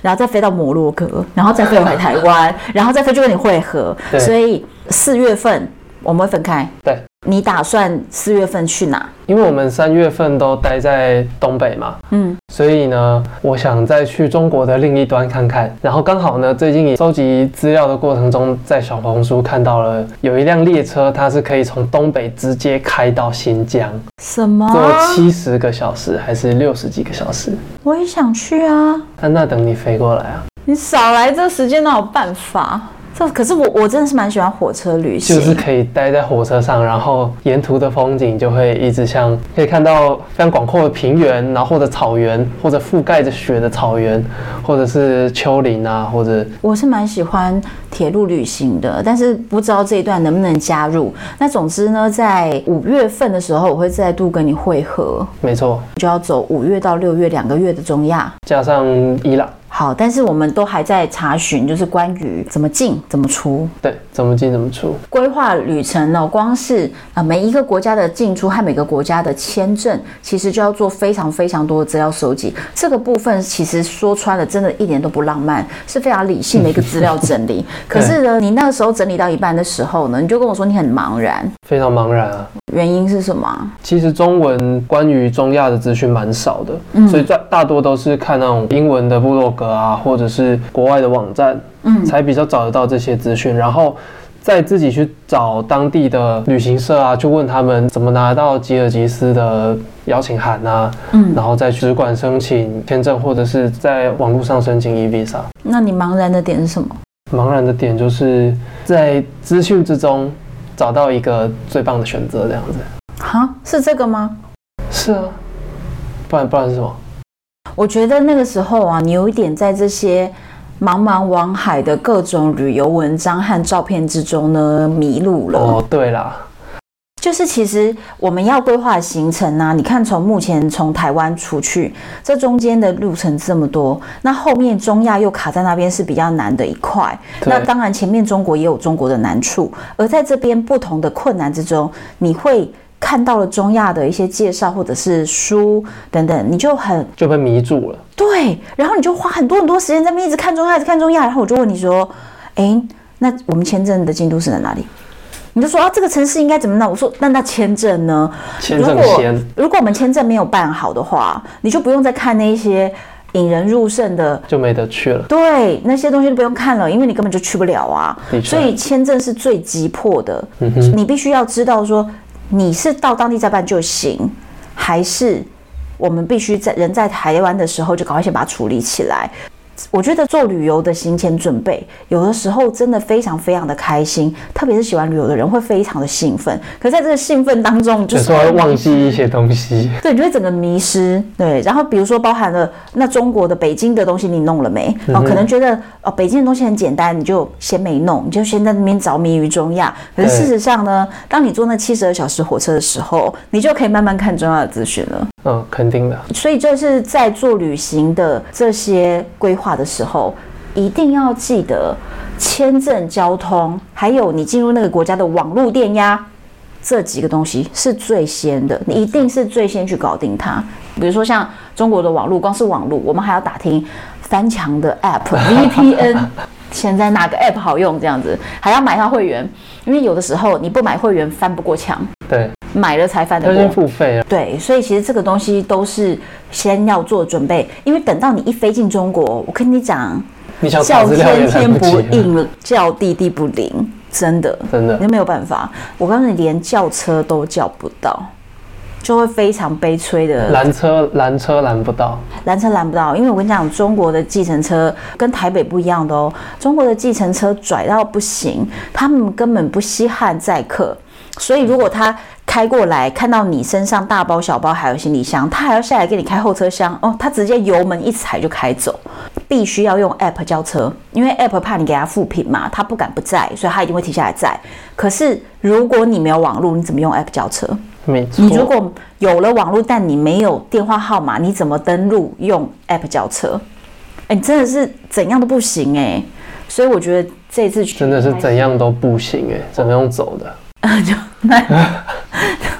S1: 然后再飞到摩洛哥，然后再飞回台
S2: <laughs>
S1: 湾，然后再飞就跟你会合。
S2: 对
S1: 所以四月份我们会分开。
S2: 对，
S1: 你打算四月份去哪？
S2: 因为我们三月份都待在东北嘛，
S1: 嗯，
S2: 所以呢，我想再去中国的另一端看看。然后刚好呢，最近也收集资料的过程中，在小红书看到了有一辆列车，它是可以从东北直接开到新疆，
S1: 什么？
S2: 坐七十个小时还是六十几个小时。
S1: 我也想去啊。
S2: 那那等你飞过来啊，
S1: 你少来这时间，哪有办法？这可是我，我真的是蛮喜欢火车旅行。
S2: 就是可以待在火车上，然后沿途的风景就会一直像可以看到非常广阔的平原，然后或者草原，或者覆盖着雪的草原，或者是丘陵啊，或者
S1: 我是蛮喜欢铁路旅行的，但是不知道这一段能不能加入。那总之呢，在五月份的时候，我会再度跟你会合，
S2: 没错，
S1: 就要走五月到六月两个月的中亚。
S2: 加上伊朗，
S1: 好，但是我们都还在查询，就是关于怎么进、怎么出。
S2: 对，怎么进怎么出，
S1: 规划旅程呢，光是啊每一个国家的进出和每个国家的签证，其实就要做非常非常多的资料收集。这个部分其实说穿了，真的一点都不浪漫，是非常理性的一个资料整理。可是呢，你那个时候整理到一半的时候呢，你就跟我说你很茫然，
S2: 非常茫然啊。
S1: 原因是什么啊？
S2: 其实中文关于中亚的资讯蛮少的，
S1: 嗯
S2: 所以大大多都是看那种英文的部落格啊，或者是国外的网站，
S1: 嗯
S2: 才比较找得到这些资讯，然后再自己去找当地的旅行社啊，去问他们怎么拿到吉尔吉斯的邀请函啊，
S1: 嗯，
S2: 然后再去使馆申请签证，或者是在网络上申请 e visa。
S1: 那你茫然的点是什么？
S2: 茫然的点就是在资讯之中找到一个最棒的选择，这样子。
S1: 哈，是这个吗？
S2: 是啊，不然不然是什么？
S1: 我觉得那个时候啊，你有一点在这些茫茫网海的各种旅游文章和照片之中呢迷路了。
S2: 哦，对啦，
S1: 就是其实我们要规划的行程啊，你看从目前从台湾出去，这中间的路程这么多，那后面中亚又卡在那边是比较难的一块。
S2: 对
S1: 那当然前面中国也有中国的难处，而在这边不同的困难之中，你会看到了中亚的一些介绍或者是书等等，你就很
S2: 就被迷住了。
S1: 对，然后你就花很多很多时间在那边一直看中亚，一直看中亚，然后我就问你说，哎，那我们签证的进度是在哪里？你就说啊，这个城市应该怎么弄？我说那那签证呢？
S2: 签证
S1: 如果
S2: 先，
S1: 如果我们签证没有办好的话，你就不用再看那一些引人入胜的，
S2: 就没得去了。
S1: 对那些东西都不用看了，因为你根本就去不了啊。
S2: 的确
S1: 所以签证是最急迫的，
S2: 嗯哼，
S1: 你必须要知道说你是到当地再办就行，还是我们必须在人在台湾的时候就赶快先把它处理起来。我觉得做旅游的行前准备，有的时候真的非常非常的开心，特别是喜欢旅游的人会非常的兴奋。可在这个兴奋当中，你就
S2: 有
S1: 是
S2: 时候会忘记一些东西。
S1: 对，你就会整个迷失。对，然后比如说包含了那中国的北京的东西，你弄了没？哦，可能觉得哦北京的东西很简单，你就先没弄，你就先在那边着迷于中亚。可是
S2: 对
S1: 事实上呢，当你坐那七十二小时火车的时候，你就可以慢慢看中亚的资讯了。
S2: 嗯，肯定的。
S1: 所以这是在做旅行的这些规划的时候，一定要记得签证、交通，还有你进入那个国家的网络电压。这几个东西是最先的，你一定是最先去搞定它。比如说像中国的网络，光是网络，我们还要打听翻墙的 App、VPN，现在哪个 App 好用这样子，还要买它会员，因为有的时候你不买会员翻不过墙，
S2: 对，
S1: 买了才翻得
S2: 要
S1: 过。
S2: 先付费啊。
S1: 对，所以其实这个东西都是先要做准备，因为等到你一飞进中国，我跟你讲，
S2: 你想查
S1: 叫
S2: 资料也
S1: 天天
S2: 来不及
S1: 不
S2: 啊了。
S1: 应，叫地地不灵，真的，
S2: 真的
S1: 你就没有办法。我告诉你，连叫车都叫不到，就会非常悲催的
S2: 拦车拦车拦不到，
S1: 拦车拦不到，因为我跟你讲，中国的计程车跟台北不一样的哦。中国的计程车拽到不行，他们根本不稀罕载客，所以如果他开过来看到你身上大包小包还有行李箱，他还要下来给你开后车厢哦，他直接油门一踩就开走。必须要用 app 叫车，因为 app 怕你给他复评嘛，他不敢不载，所以他一定会停下来载。可是如果你没有网络，你怎么用 app 叫车？
S2: 没错。
S1: 你如果有了网络，但你没有电话号码，你怎么登录用 App 叫车？哎、你真的是怎样都不行哎、所以我觉得这次去 <laughs>
S2: 真的是怎样都不行
S1: 哦
S2: 哎、只能用走的。 <laughs>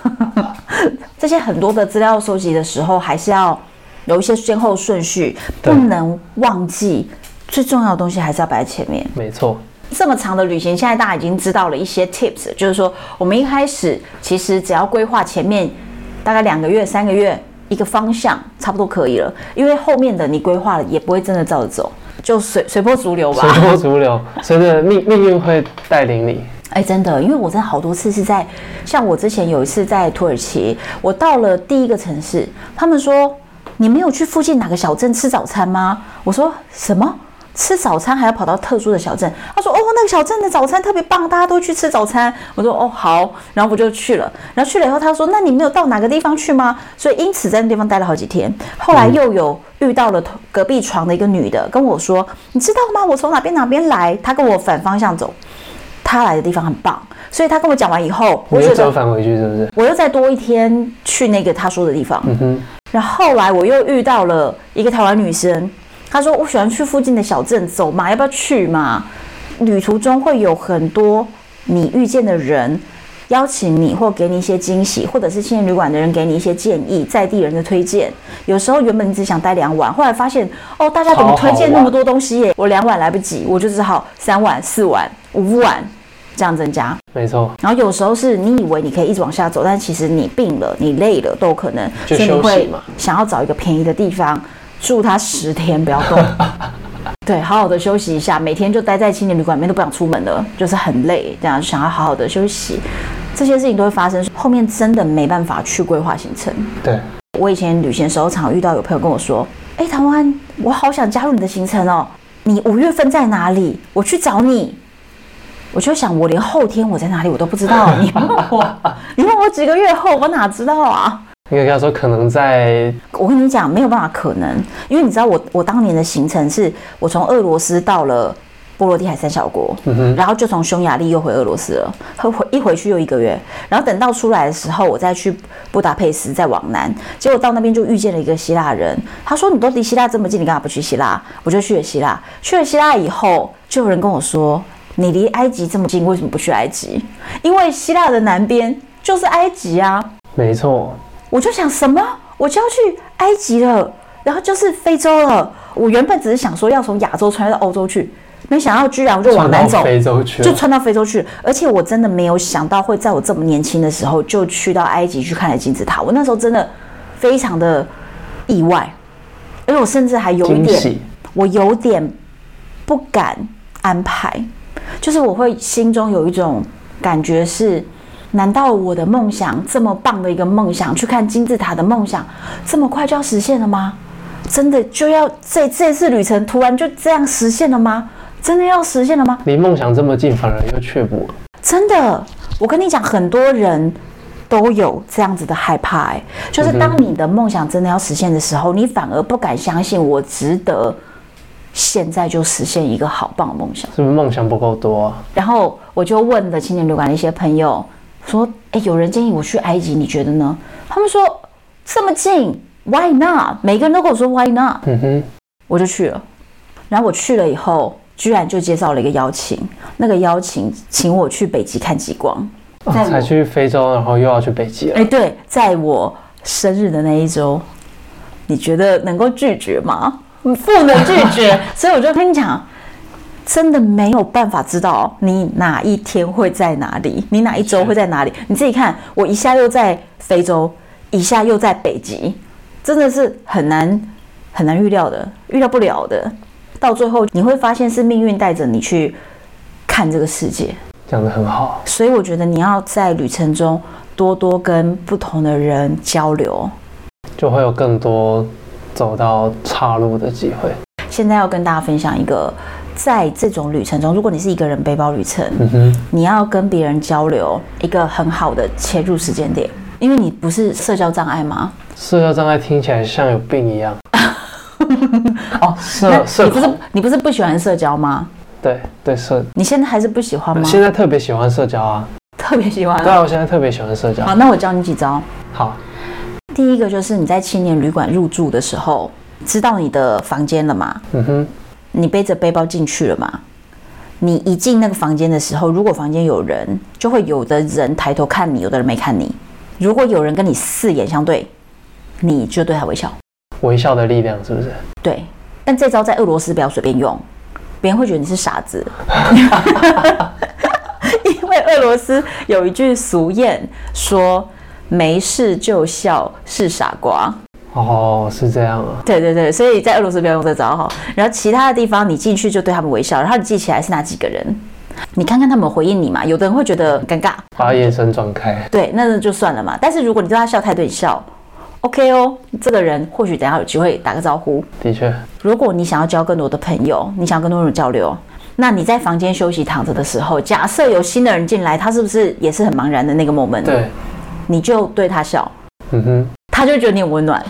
S1: 这些很多的资料收集的时候，还是要有一些先后顺序，不
S2: 对
S1: 能忘记最重要的东西还是要摆在前面。
S2: 没错，
S1: 这么长的旅行，现在大家已经知道了一些 tips，就是说我们一开始其实只要规划前面大概两个月、三个月一个方向，差不多可以了。因为后面的你规划了，也不会真的照着走，就随随波逐流
S2: 随 <laughs>
S1: 吧。
S2: 波逐流，随着命命运会带领你。
S1: 哎，真的，因为我真的好多次是在，像我之前有一次在土耳其，我到了第一个城市，他们说你没有去附近哪个小镇吃早餐吗？我说什么？吃早餐还要跑到特殊的小镇？他说哦，那个小镇的早餐特别棒，大家都去吃早餐。我说哦好，然后我就去了。然后去了以后，他说那你没有到哪个地方去吗？所以因此在那地方待了好几天。后来又有遇到了同隔壁床的一个女的跟我说，你知道吗？我从哪边哪边来？她跟我反方向走。他来的地方很棒，所以他跟我讲完以后，我
S2: 你
S1: 觉
S2: 又折
S1: 得
S2: 返回去是不是？
S1: 我又再多一天去那个他说的地方。
S2: 嗯哼，
S1: 然后后来我又遇到了一个台湾女生，她说我喜欢去附近的小镇走嘛，要不要去嘛？旅途中会有很多你遇见的人邀请你，或给你一些惊喜，或者是青年旅馆的人给你一些建议，在地人的推荐。有时候原本你只想待两晚，后来发现哦，大家怎么推荐那么多东西耶？我两晚来不及，我就只好三晚、四晚、五晚这样增加。
S2: 没错，
S1: 然后有时候是你以为你可以一直往下走，但其实你病了、你累了都有可能，
S2: 就
S1: 所以你
S2: 休息
S1: 会
S2: 嘛
S1: 想要找一个便宜的地方住它十天，不要
S2: <laughs>
S1: 动。对，好好的休息一下，每天就待在青年旅馆里面都不想出门了，就是很累，这样想要好好的休息，这些事情都会发生。后面真的没办法去规划行程。
S2: 对，
S1: 我以前旅行的时候，常遇到有朋友跟我说：“哎、台湾，我好想加入你的行程哦，你五月份在哪里？我去找你。”我就想，我连后天我在哪里我都不知道，你问我，你问我几个月后，我哪知道啊？
S2: 你可以跟他说，可能在
S1: 我跟你讲，没有办法可能，因为你知道我我当年的行程是，我从俄罗斯到了波罗的海三小国，
S2: 嗯
S1: 然后就从匈牙利又回俄罗斯了，回回一回去又一个月，然后等到出来的时候，我再去布达佩斯，再往南，结果到那边就遇见了一个希腊人，他说你都离希腊这么近，你干嘛不去希腊？我就去了希腊，去了希腊以后，就有人跟我说，你离埃及这么近，为什么不去埃及？因为希腊的南边就是埃及啊。
S2: 没错，
S1: 我就想什么，我就要去埃及了，然后就是非洲了。我原本只是想说要从亚洲穿越到欧洲去，没想到居然我就往
S2: 转
S1: 南
S2: 到
S1: 走，
S2: 非洲去
S1: 就
S2: 了。
S1: 穿到非洲去了。而且我真的没有想到会在我这么年轻的时候就去到埃及去看了金字塔。我那时候真的非常的意外，而且我甚至还有一
S2: 惊
S1: 点，
S2: 喜，
S1: 我有点不敢安排，就是我会心中有一种感觉是。难道我的梦想这么棒的一个梦想，去看金字塔的梦想，这么快就要实现了吗？真的就要这这次旅程突然就这样实现了吗？真的要实现了吗？
S2: 离梦想这么近，反而又却步了。
S1: 真的，我跟你讲，很多人都有这样子的害怕、欸，就是当你的梦想真的要实现的时候，你反而不敢相信我值得现在就实现一个好棒的梦想。
S2: 是不是梦想不够多、啊？
S1: 然后我就问了青年旅馆的一些朋友，说：“哎，有人建议我去埃及，你觉得呢？”他们说：“这么近，Why not？” 每个人都跟我说 “Why not”，
S2: 嗯哼，
S1: 我就去了。然后我去了以后，居然就接到了一个邀请，那个邀请请我去北极看极光。在
S2: 啊、
S1: 我
S2: 才去非洲，然后又要去北极了。
S1: 哎，对，在我生日的那一周，你觉得能够拒绝吗？嗯不能拒绝，所以我就跟你讲，真的没有办法知道你哪一天会在哪里，你哪一周会在哪里。你自己看，我一下又在非洲，一下又在北极，真的是很难很难预料的，预料不了的。到最后，你会发现是命运带着你去看这个世界。
S2: 讲得很好，
S1: 所以我觉得你要在旅程中多多跟不同的人交流。
S2: 就会有更多走到岔路的机会。
S1: 现在要跟大家分享一个，在这种旅程中，如果你是一个人背包旅程，
S2: 嗯哼，
S1: 你要跟别人交流，一个很好的切入时间点，因为你不是社交障碍吗？
S2: 社交障碍听起来像有病
S1: <laughs>
S2: 一样。
S1: 哦，
S2: 社社
S1: 你不是
S2: 恐
S1: 你不是不喜欢社交吗？
S2: 对对社，
S1: 你现在还是不喜欢吗？
S2: 现在特别喜欢社交啊。
S1: 特别喜欢
S2: 对。啊，我现在特别喜欢社交
S1: 好，。那我教你几招。
S2: 好，
S1: 第一个就是你在青年旅馆入住的时候，知道你的房间了吗？
S2: 嗯哼，
S1: 你背着背包进去了嘛？你一进那个房间的时候，如果房间有人，就会有的人抬头看你，有的人没看你。如果有人跟你四眼相对，你就对他微笑。
S2: 微笑的力量是不是？
S1: 对，但这招在俄罗斯不要随便用，别人会觉得你是傻子。 <laughs> 因为俄罗斯有一句俗谚说：“没事就笑是傻瓜。”
S2: 哦，是这样啊。
S1: 对对对，所以在俄罗斯不要用这招哈。然后其他的地方你进去就对他们微笑，然后你记起来是哪几个人，你看看他们回应你嘛。有的人会觉得很尴尬，
S2: 把眼神转开，
S1: 对，那就算了嘛。但是如果你对他笑态对你笑，OK 哦，这个人或许等一下有机会打个招呼。
S2: 的确，
S1: 如果你想要交更多的朋友，你想要更多人交流，那你在房间休息躺着的时候，假设有新的人进来，他是不是也是很茫然的那个 moment？，
S2: 对，
S1: 你就对他笑，
S2: 嗯哼，
S1: 他就觉得你很温暖。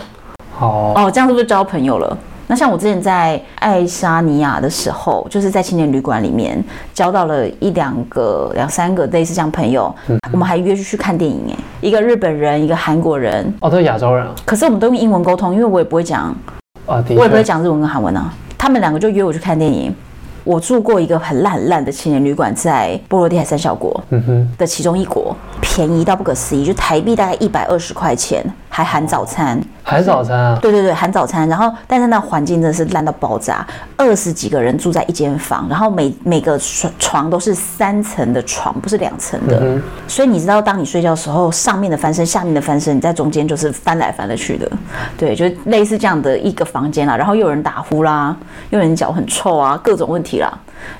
S2: 好，
S1: 哦，这样是不是交朋友了？那像我之前在爱沙尼亚的时候，就是在青年旅馆里面交到了一两个、两三个类似这样朋友，我们还约去去看电影，哎，一个日本人，一个韩国人，
S2: 哦，都是亚洲人啊，
S1: 可是我们都用英文沟通，因为我也不会讲，
S2: 啊，的
S1: 我也不会
S2: 确，
S1: 讲日文跟韩文啊。他们两个就约我去看电影。我住过一个很烂很烂的青年旅馆，在波罗的海三小国
S2: 嗯哼，
S1: 的其中一国，便宜到不可思议，就台币大概一百二十块钱，还含早餐。
S2: 还是早餐啊，
S1: 对对对，含早餐，然后但是那环境真的是烂到爆炸，二十几个人住在一间房，然后每每个床床都是三层的床，不是两层的，
S2: 嗯
S1: 所以你知道，当你睡觉的时候，上面的翻身，下面的翻身，你在中间就是翻来翻来去的，对，就是类似这样的一个房间啊啦，然后又有人打呼啦，又有人脚很臭啊，各种问题啦，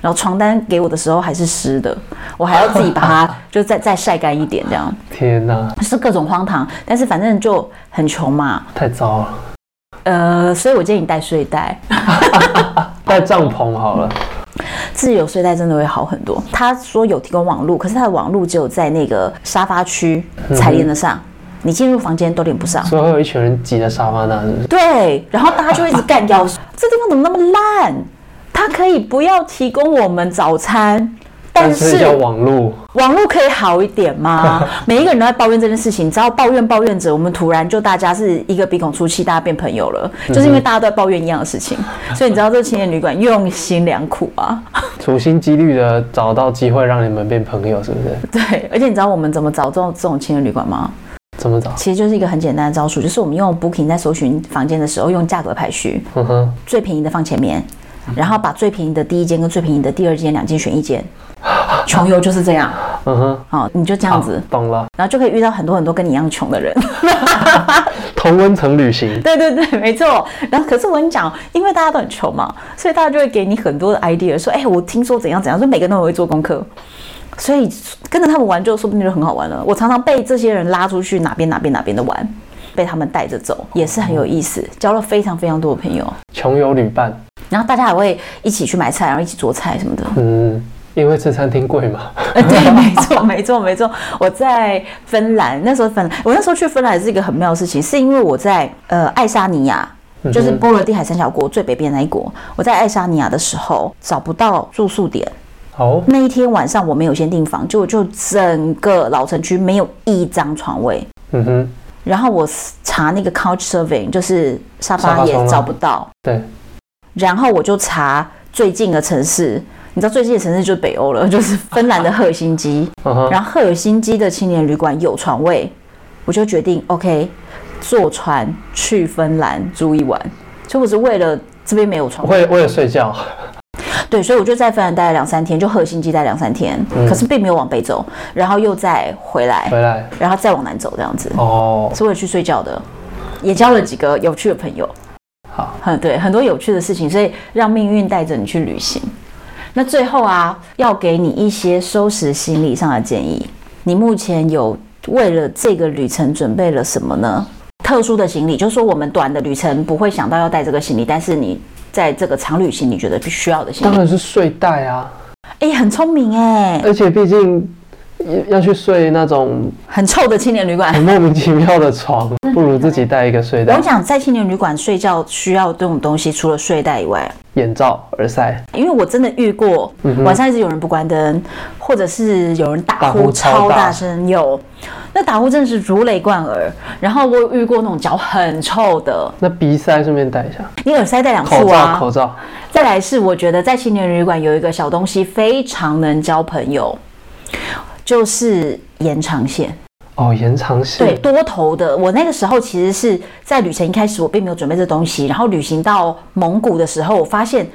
S1: 然后床单给我的时候还是湿的，我还要自己把它就再 <laughs> 再晒干一点这样。
S2: 天哪，
S1: 是各种荒唐，但是反正就很穷嘛，
S2: 太糟了，
S1: 呃，所以我建议你带睡袋， <laughs>
S2: 带帐篷好了，
S1: 嗯自由睡袋真的会好很多。
S2: 嗯
S1: 他说有提供网路，可是他的网路只有在那个沙发区才连得上。你进入房间都连不上。
S2: 所以会有一群人挤在沙发那，是不是
S1: 对，然后大家就一直干
S2: <laughs>
S1: 掉，说这地方怎么那么烂？它可以不要提供我们早餐，但
S2: 但是
S1: 是
S2: 要网路，
S1: 网络可以好一点
S2: <laughs>
S1: 吗？每一个人都在抱怨这件事情，只要抱怨抱怨着，我们突然就大家是一个鼻孔出气，大家变朋友了，就是因为大家都在抱怨一样的事情，所以你知道这青年旅馆用心良苦啊。
S2: 处心积虑的找到机会让你们变朋友，是不是？
S1: 对，而且你知道我们怎么找这种这种青年旅馆吗？
S2: 怎么找？
S1: 其实就是一个很简单的招数，就是我们用 Booking 在搜寻房间的时候，用价格排序，
S2: 哼嗯哼，
S1: 最便宜的放前面，然后把最便宜的第一间跟最便宜的第二间两间选一间。穷游就是这样
S2: 嗯哼，
S1: 啊、哦你就这样子
S2: 好，懂了。
S1: 然后就可以遇到很多很多跟你一样穷的人。
S2: 同温层旅
S1: <laughs>
S2: 行，
S1: 对对对，没错。然后可是我跟你讲，因为大家都很穷嘛，所以大家就会给你很多的 idea，说，哎，我听说怎样怎样，说每个人都很会做功课，所以跟着他们玩就说不定就很好玩了。我常常被这些人拉出去哪边哪边哪边的玩，被他们带着走，也是很有意思，交了非常非常多的朋友。
S2: 穷游旅伴。
S1: 然后大家还会一起去买菜，然后一起做菜什么的。 <laughs>
S2: 嗯，因为吃餐厅贵嘛。
S1: 呃对，没错，没错，没错。我在芬兰，那时候芬兰，我那时候去芬兰是一个很妙的事情，是因为我在呃爱沙尼亚。
S2: 嗯
S1: 就是波罗的海三小国最北边那一国，我在爱沙尼亚的时候找不到住宿点。
S2: 哦，
S1: 那一天晚上我没有先订房，结果就整个老城区没有一张床位。
S2: 嗯哼，
S1: 然后我查那个 Couch Surfing，就是沙
S2: 沙
S1: 发
S2: 发
S1: 也
S2: 冲浪
S1: 找不到。
S2: 对，
S1: 然后我就查最近的城市，你知道最近的城市就是北欧了，就是芬兰的赫尔辛基。
S2: 嗯哼，
S1: 然后赫尔辛基的青年旅馆有床位，我就决定 OK 坐船去芬兰住一晚。所以我是为了这边没有床位，
S2: 为为了睡觉，
S1: 对，所以我就在芬兰待了两三天，就赫尔辛基待两三天，可是并没有往北走，然后又再回来，
S2: 回来
S1: 然后再往南走这样子，
S2: 哦，
S1: 是为了去睡觉的。也交了几个有趣的朋友，
S2: 好，
S1: 很对，很多有趣的事情，所以让命运带着你去旅行。那最后啊，要给你一些收拾行李上的建议。你目前有为了这个旅程准备了什么呢？特殊的行李，就是说我们短的旅程不会想到要带这个行李，但是你在这个长旅行你觉得必须要的行
S2: 当
S1: 李，
S2: 然是睡袋啊，
S1: 哎、很聪明哎、
S2: 而且毕竟要去睡那种
S1: 很臭的青年旅馆。
S2: 很莫名其妙的床，
S1: 嗯
S2: 不如自己带一个睡
S1: 我
S2: 袋、
S1: 讲在青年旅馆睡觉需要这种东西，除了睡袋以外，
S2: 眼罩、耳塞，
S1: 因为我真的遇过，晚上一直有人不关灯，或者是有人打
S2: 嗯打
S1: 呼
S2: 呼
S1: 超
S2: 超大
S1: 大声，有，那打呼真的是如雷贯耳。然后我有遇过那种脚很臭的，
S2: 那鼻塞顺便带一下，
S1: 你耳塞戴两
S2: 口
S1: 副
S2: 罩、
S1: 啊。
S2: 口罩，
S1: 再来是我觉得在青年旅馆有一个小东西非常能交朋友，就是延长线。
S2: 哦，延长
S1: 对，
S2: 线，
S1: 多头的。我那个时候其实是在旅程一开始，我并没有准备这东西。然后旅行到蒙古的时候，我发现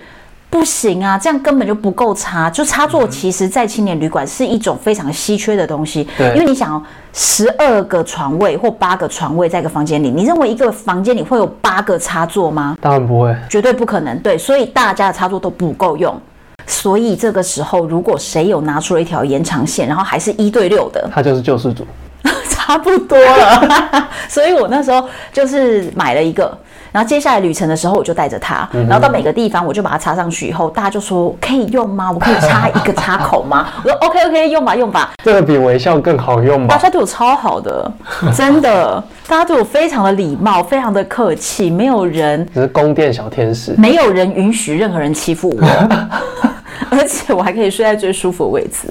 S1: 不行啊，这样根本就不够插。就插座，其实在青年旅馆是一种非常稀缺的东西。
S2: 对
S1: 因为你想、哦，十二个床位或八个床位在一个房间里，你认为一个房间里会有八个插座吗？
S2: 当然不会，
S1: 绝对不可能。对，所以大家的插座都不够用。所以这个时候，如果谁有拿出了一条延长线，然后还是一对六的，
S2: 他就是救世主，
S1: 差不多了， <laughs> 所以我那时候就是买了一个，然后接下来旅程的时候我就带着它，然后到每个地方我就把它插上去以后，大家就说可以用吗？我可以插一个插口吗？ <laughs> 我说 OK OK 用吧用吧，
S2: 这个比微笑更好用
S1: 大
S2: 吧？
S1: 家对我超好的，真的，大家对我非常的礼貌，非常的客气，没有人
S2: 只是宫殿小天使，
S1: 没有人允许任何人欺负我，而且我还可以睡在最舒服的位置。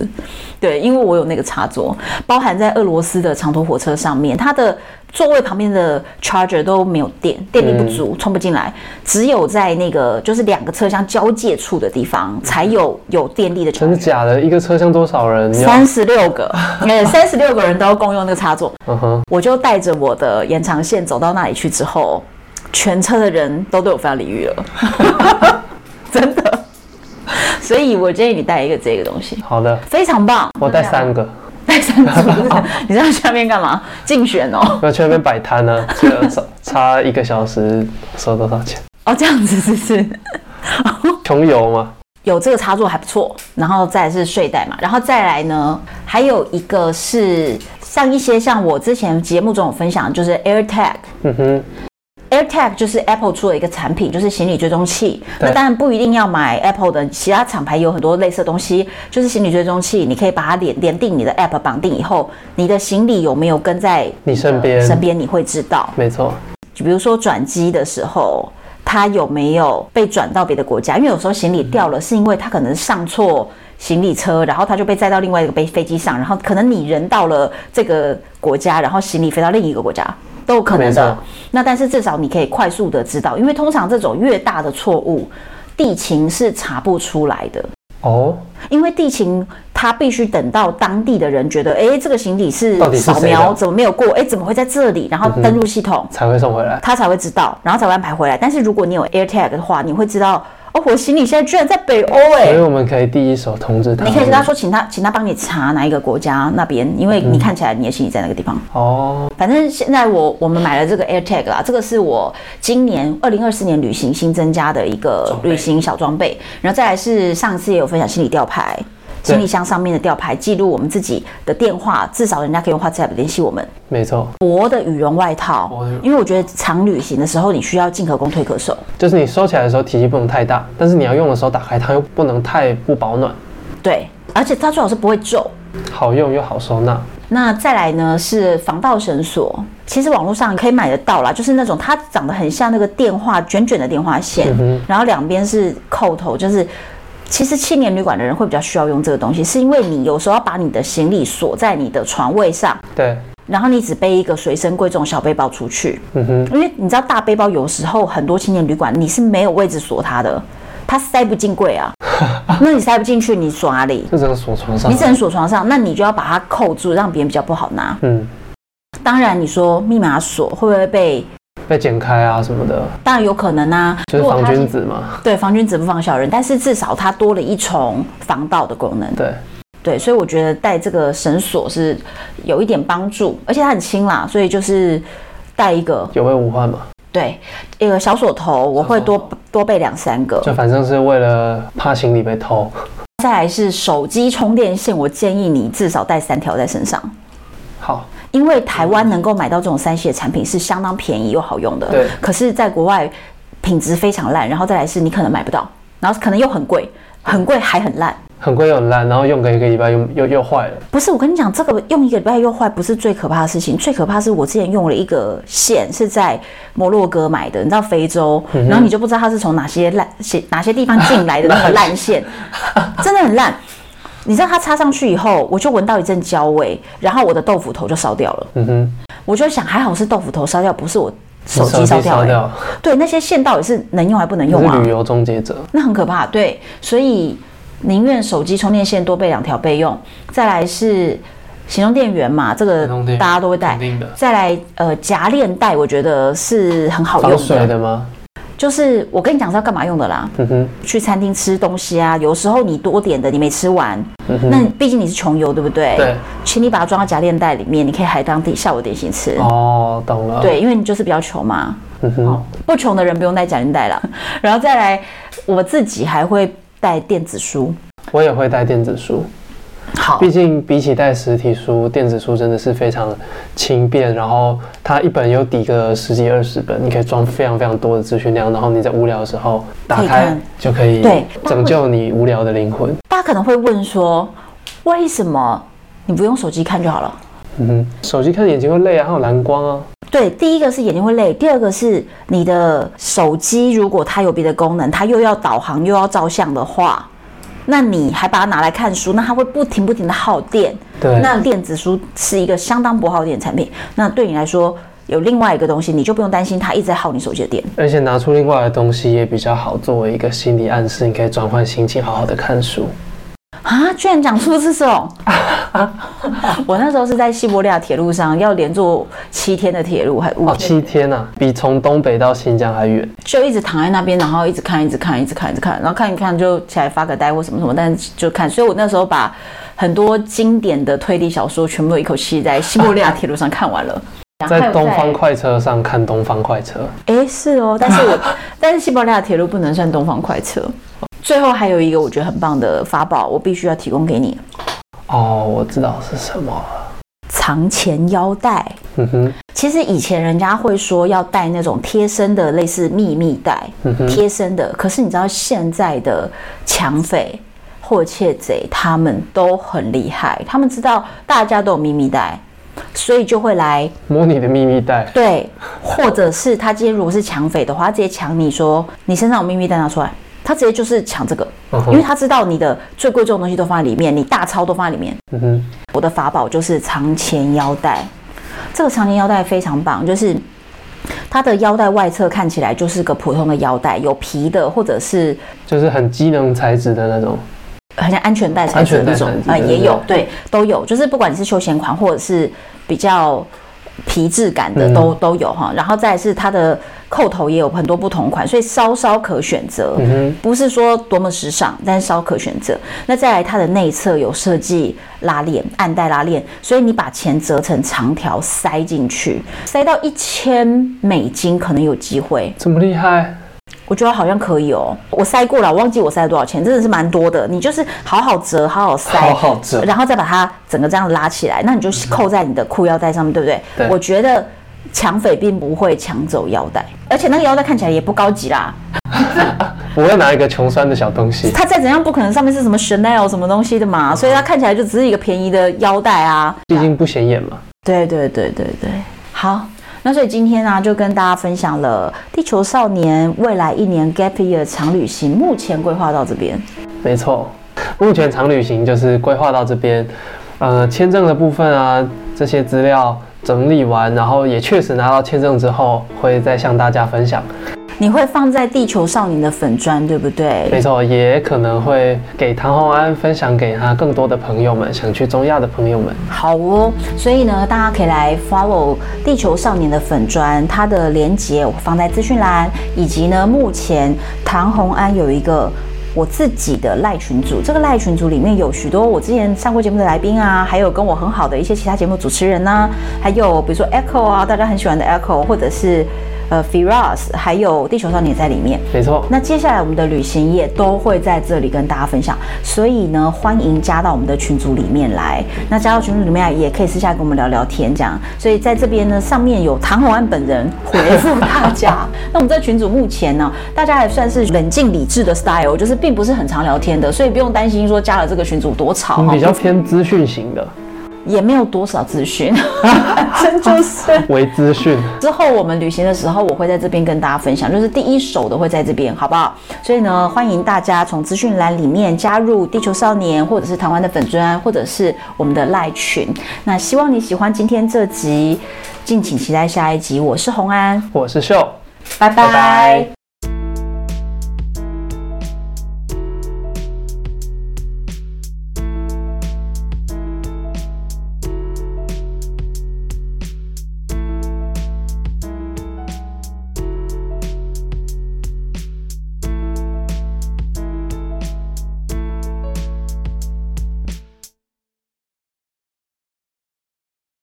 S1: 对，因为我有那个插座，包含在俄罗斯的长途火车上面，它的座位旁边的 charger 都没有电，电力不足，充不进来，只有在那个就是两个车厢交界处的地方才有有电力的
S2: 真
S1: charger
S2: 的。假的？一个车厢多少人？你要，
S1: 三十六个，呃，三十六个人都要共用那个插座，
S2: 嗯哼，
S1: 我就带着我的延长线走到那里去之后，全车的人都对我非常礼遇了， <laughs> 真的。所以我建议你带一个这个东西，
S2: 好的，
S1: 非常棒。
S2: 我带三个，
S1: 带三组，你知道下面干嘛？竞选哦。
S2: 要去那边摆摊呢，
S1: <laughs>
S2: 这个差差一个小时收多少钱？
S1: 哦，这样子是不是？
S2: 穷游嘛，
S1: 有这个插座还不错，然后再来是睡袋嘛，然后再来呢，还有一个是像一些像我之前节目中有分享，就是 AirTag。
S2: 嗯哼，
S1: AirTag 就是 Apple 出了一个产品，就是行李追踪器。
S2: 对
S1: 那当然不一定要买 Apple 的，其他厂牌有很多类似的东西，就是行李追踪器，你可以把它连连定你的 App 绑定以后，你的行李有没有跟在
S2: 你
S1: 的
S2: 身边
S1: 身边你会知道。
S2: 没错，
S1: 就比如说转机的时候，它有没有被转到别的国家？因为有时候行李掉了，是因为它可能上错行李车，然后它就被载到另外一个飞飞机上，然后可能你人到了这个国家，然后行李飞到另一个国家。都有可能
S2: 没
S1: 的
S2: 错，
S1: 那但是至少你可以快速的知道，因为通常这种越大的错误，地勤是查不出来的。
S2: 哦，
S1: 因为地勤他必须等到当地的人觉得，哎，这个行李是
S2: 到底是
S1: 扫
S2: 谁的
S1: 描怎么没有过，哎，怎么会在这里？然后登入系统，
S2: 才会送回来。
S1: 他才会知道，然后才会安排回来。但是如果你有 AirTag 的话，你会知道哦，我行李现在居然在北欧哎、
S2: 所以我们可以第一手通知他。
S1: 你可以跟他说，请他请他帮你查哪一个国家那边，因为你看起来你的行李在那个地方。
S2: 哦，
S1: 反正现在我我们买了这个 AirTag 啦，这个是我今年二零二四年旅行新增加的一个
S2: 装备
S1: 旅行小装备，然后再来是上次也有分享行李吊牌。
S2: 对
S1: 行李箱上面的吊牌记录我们自己的电话，至少人家可以用 WhatsApp 联系我们。
S2: 没错，
S1: 薄的羽绒外
S2: 薄
S1: 套
S2: 的羽绒，
S1: 因为我觉得长旅行的时候你需要进可攻退可守。
S2: 就是你收起来的时候体积不能太大，但是你要用的时候打开它又不能太不保暖，
S1: 对，而且它最好是不会皱。
S2: 好用又好收纳。
S1: 那再来呢是防盗绳索，其实网络上可以买得到啦，就是那种它长得很像那个电话卷卷的电话线，然后两边是扣头，就是。其实青年旅馆的人会比较需要用这个东西，是因为你有时候要把你的行李锁在你的床位上，
S2: 对，
S1: 然后你只背一个随身贵重小背包出去。
S2: 嗯哼，
S1: 因为你知道大背包有时候很多青年旅馆你是没有位置锁它的，它塞不进柜啊，那你塞不进去，你锁哪里？
S2: 就只能锁床上
S1: 你。只能锁床上，那你就要把它扣住，让别人比较不好拿。
S2: 嗯，
S1: 当然，你说密码锁会不会被？
S2: 被剪开啊什么的，
S1: 当然有可能啊，
S2: 就是
S1: 如果
S2: 防
S1: 它是
S2: 君子嘛。
S1: 对防君子不防小人，但是至少它多了一重防盗的功能。
S2: 对，
S1: 对，所以我觉得带这个绳索是有一点帮助，而且它很轻啦，所以就是带一个
S2: 有备无患嘛，
S1: 对一个小锁头，我会多多备两三个。
S2: 就反正是为了怕行李被偷。
S1: 再来是手机充电线，我建议你至少带三条在身上。
S2: 好，
S1: 因为台湾能够买到这种三系的产品是相当便宜又好用的，
S2: 对
S1: 可是，在国外品质非常烂，然后再来是你可能买不到，然后可能又很贵，很贵还很烂。
S2: 很贵又很烂，然后用个一个礼拜又又又坏了。
S1: 不是，我跟你讲，这个用一个礼拜又坏不是最可怕的事情，最可怕是我之前用了一个线是在摩洛哥买的，你知道非洲，然后你就不知道它是从哪些烂些哪些地方进来的那个烂线，真的很烂。你知道它插上去以后，我就闻到一阵焦味，然后我的豆腐头就烧掉了。
S2: 嗯哼，
S1: 我就想，还好是豆腐头烧掉，不是我手
S2: 手
S1: 机烧掉、欸。
S2: 掉，嗯
S1: 对，那些线到底是能用还不能
S2: 你
S1: 用
S2: 是
S1: 啊
S2: 旅？游终结者。
S1: 那很可怕。对，所以宁愿手机充电线多备两条备用。再来是行动电源嘛，这个
S2: 行动电源
S1: 大家都会带
S2: 肯。定的。
S1: 再来，呃，夹链带我觉得是很好
S2: 防
S1: 用
S2: 水
S1: 的，
S2: 的吗？
S1: 就是我跟你讲是要干嘛用的啦。
S2: 嗯哼，
S1: 去餐厅吃东西啊，有时候你多点的你没吃完，
S2: 嗯哼
S1: 那毕竟你是穷游，对不对？
S2: 对。
S1: 请你把它装到夹链袋里面，你可以还当地下午点心吃。
S2: 哦，懂了。，
S1: 对，因为你就是比较穷嘛。
S2: 嗯哼，
S1: 不穷的人不用带假链带了。然后再来，我自己还会带电子书。
S2: 我也会带电子书，
S1: 好
S2: 毕竟比起带实体书，电子书真的是非常轻便，然后它一本有抵个十几二十本，你可以装非常非常多的资讯量，然后你在无聊的时候打
S1: 可以
S2: 开
S1: 看
S2: 就可以
S1: 对
S2: 拯救你无聊的灵魂。
S1: 大家可能会问说，为什么你不用手机看就好了？
S2: 嗯哼，手机看眼睛会累啊，还有蓝光啊。
S1: 对，第一个是眼睛会累，第二个是你的手机如果它有别的功能，它又要导航又要照相的话，那你还把它拿来看书，那它会不停不停的耗电。
S2: 对，
S1: 那电子书是一个相当不耗电的产品，那对你来说有另外一个东西，你就不用担心它一直在耗你手机的电。
S2: 而且拿出另外的东西也比较好，作为一个心理暗示，你可以转换心情，好好的看书。
S1: 啊！居然讲出这种！ <laughs> 我那时候是在西伯利亚铁路上，要连坐七天的铁路，还五
S2: 哦，
S1: 天，
S2: 七天啊，比从东北到新疆还远。
S1: 就一直躺在那边，然后一直看，一直看，一直看，一直看，然后看一看就起来发个呆或什么什么，但是就看。所以我那时候把很多经典的推理小说全部都一口气在西伯利亚铁路上看完了。
S2: <laughs> 在东方快车上看东方快车，
S1: 哎，是哦，但是我 <laughs> 但是西伯利亚铁路不能算东方快车。最后还有一个我觉得很棒的法宝，我必须要提供给你：
S2: 哦，我知道是什么了。
S1: 藏钱腰带。
S2: 嗯哼，
S1: 其实以前人家会说要带那种贴身的，类似秘密带，
S2: 嗯
S1: 贴身的。可是你知道现在的抢匪或窃贼，他们都很厉害，他们知道大家都有秘密带，所以就会来
S2: 摸你的秘密袋，
S1: 对，或者是他今天如果是抢匪的话，他直接抢你说你身上有秘密带拿出来，他直接就是抢这个，
S2: 嗯
S1: 因为
S2: 哼，
S1: 他知道你的最贵重的东西都放在里面，你大钞都放在里面。
S2: 嗯哼，
S1: 我的法宝就是藏钱腰带，这个藏钱腰带非常棒，就是它的腰带外侧看起来就是个普通的腰带，有皮的或者是
S2: 就是很机能材质的那种，
S1: 很像安全带材质的那种
S2: 安全，带
S1: 呃，
S2: 材质
S1: 也有，
S2: 对
S1: 对，都有，就是不管你是休闲款或者是比较皮质感的
S2: 嗯
S1: 都、都有哈。然后再来是它的扣头也有很多不同款，所以稍稍可选择。
S2: 嗯哼，
S1: 不是说多么时尚，但是稍可选择。那再来，它的内侧有设计拉链、暗带拉链，所以你把钱折成长条塞进去，塞到一千美金可能有机会。
S2: 这么厉害，
S1: 我觉得好像可以哦，我塞过了，我忘记我塞了多少钱，真的是蛮多的。你就是好好折，好好塞，
S2: 好好折
S1: 然后再把它整个这样拉起来，那你就扣在你的裤腰带上面，对不对？
S2: 对
S1: 我觉得抢匪并不会抢走腰带，而且那个腰带看起来也不高级啦，
S2: 我要拿一个穷酸的小东西，
S1: 它再怎样不可能上面是什么 Chanel 什么东西的嘛，所以它看起来就只是一个便宜的腰带啊。
S2: 毕竟不显眼嘛，
S1: 对对对对对，好。那所以今天呢、啊就跟大家分享了地球少年未来一年 gap year 长旅行，目前规划到这边。
S2: 没错，目前长旅行就是规划到这边，呃，签证的部分啊，这些资料整理完，然后也确实拿到签证之后，会再向大家分享。
S1: 你会放在地球少年的粉砖，对不对？
S2: 没错，也可能会给唐红安分享给他更多的朋友们，想去中亚的朋友们。
S1: 好哦，所以呢，大家可以来 follow 地球少年的粉砖，它的连接我放在资讯栏，以及呢，目前唐红安有一个。我自己的赖群组，这个赖群组里面有许多我之前上过节目的来宾啊，还有跟我很好的一些其他节目主持人呐、还有比如说 Echo 啊，大家很喜欢的 Echo，或者是呃 Firas，还有地球少年也在里面。
S2: 没错，
S1: 那接下来我们的旅行业都会在这里跟大家分享，所以呢，欢迎加到我们的群组里面来。那加到群组里面来，也可以私下跟我们聊聊天，这样。所以在这边呢，上面有唐红安本人回复大家。那我们这群组目前呢，大家还算是冷静理智的 style，就是并不是很常聊天的，所以不用担心说加了这个群组多吵
S2: 嗯
S1: 哈
S2: 比，较偏资讯型的，
S1: 也没有多少资讯，真就是。
S2: 为资讯。
S1: 之后我们旅行的时候，我会在这边跟大家分享，就是第一手的会在这边，好不好？所以呢，欢迎大家从资讯栏里面加入地球少年，或者是台湾的粉砖，或者是我们的赖群。那希望你喜欢今天这集，敬请期待下一集。我是红安，
S2: 我是秀，
S1: 拜拜
S2: 拜拜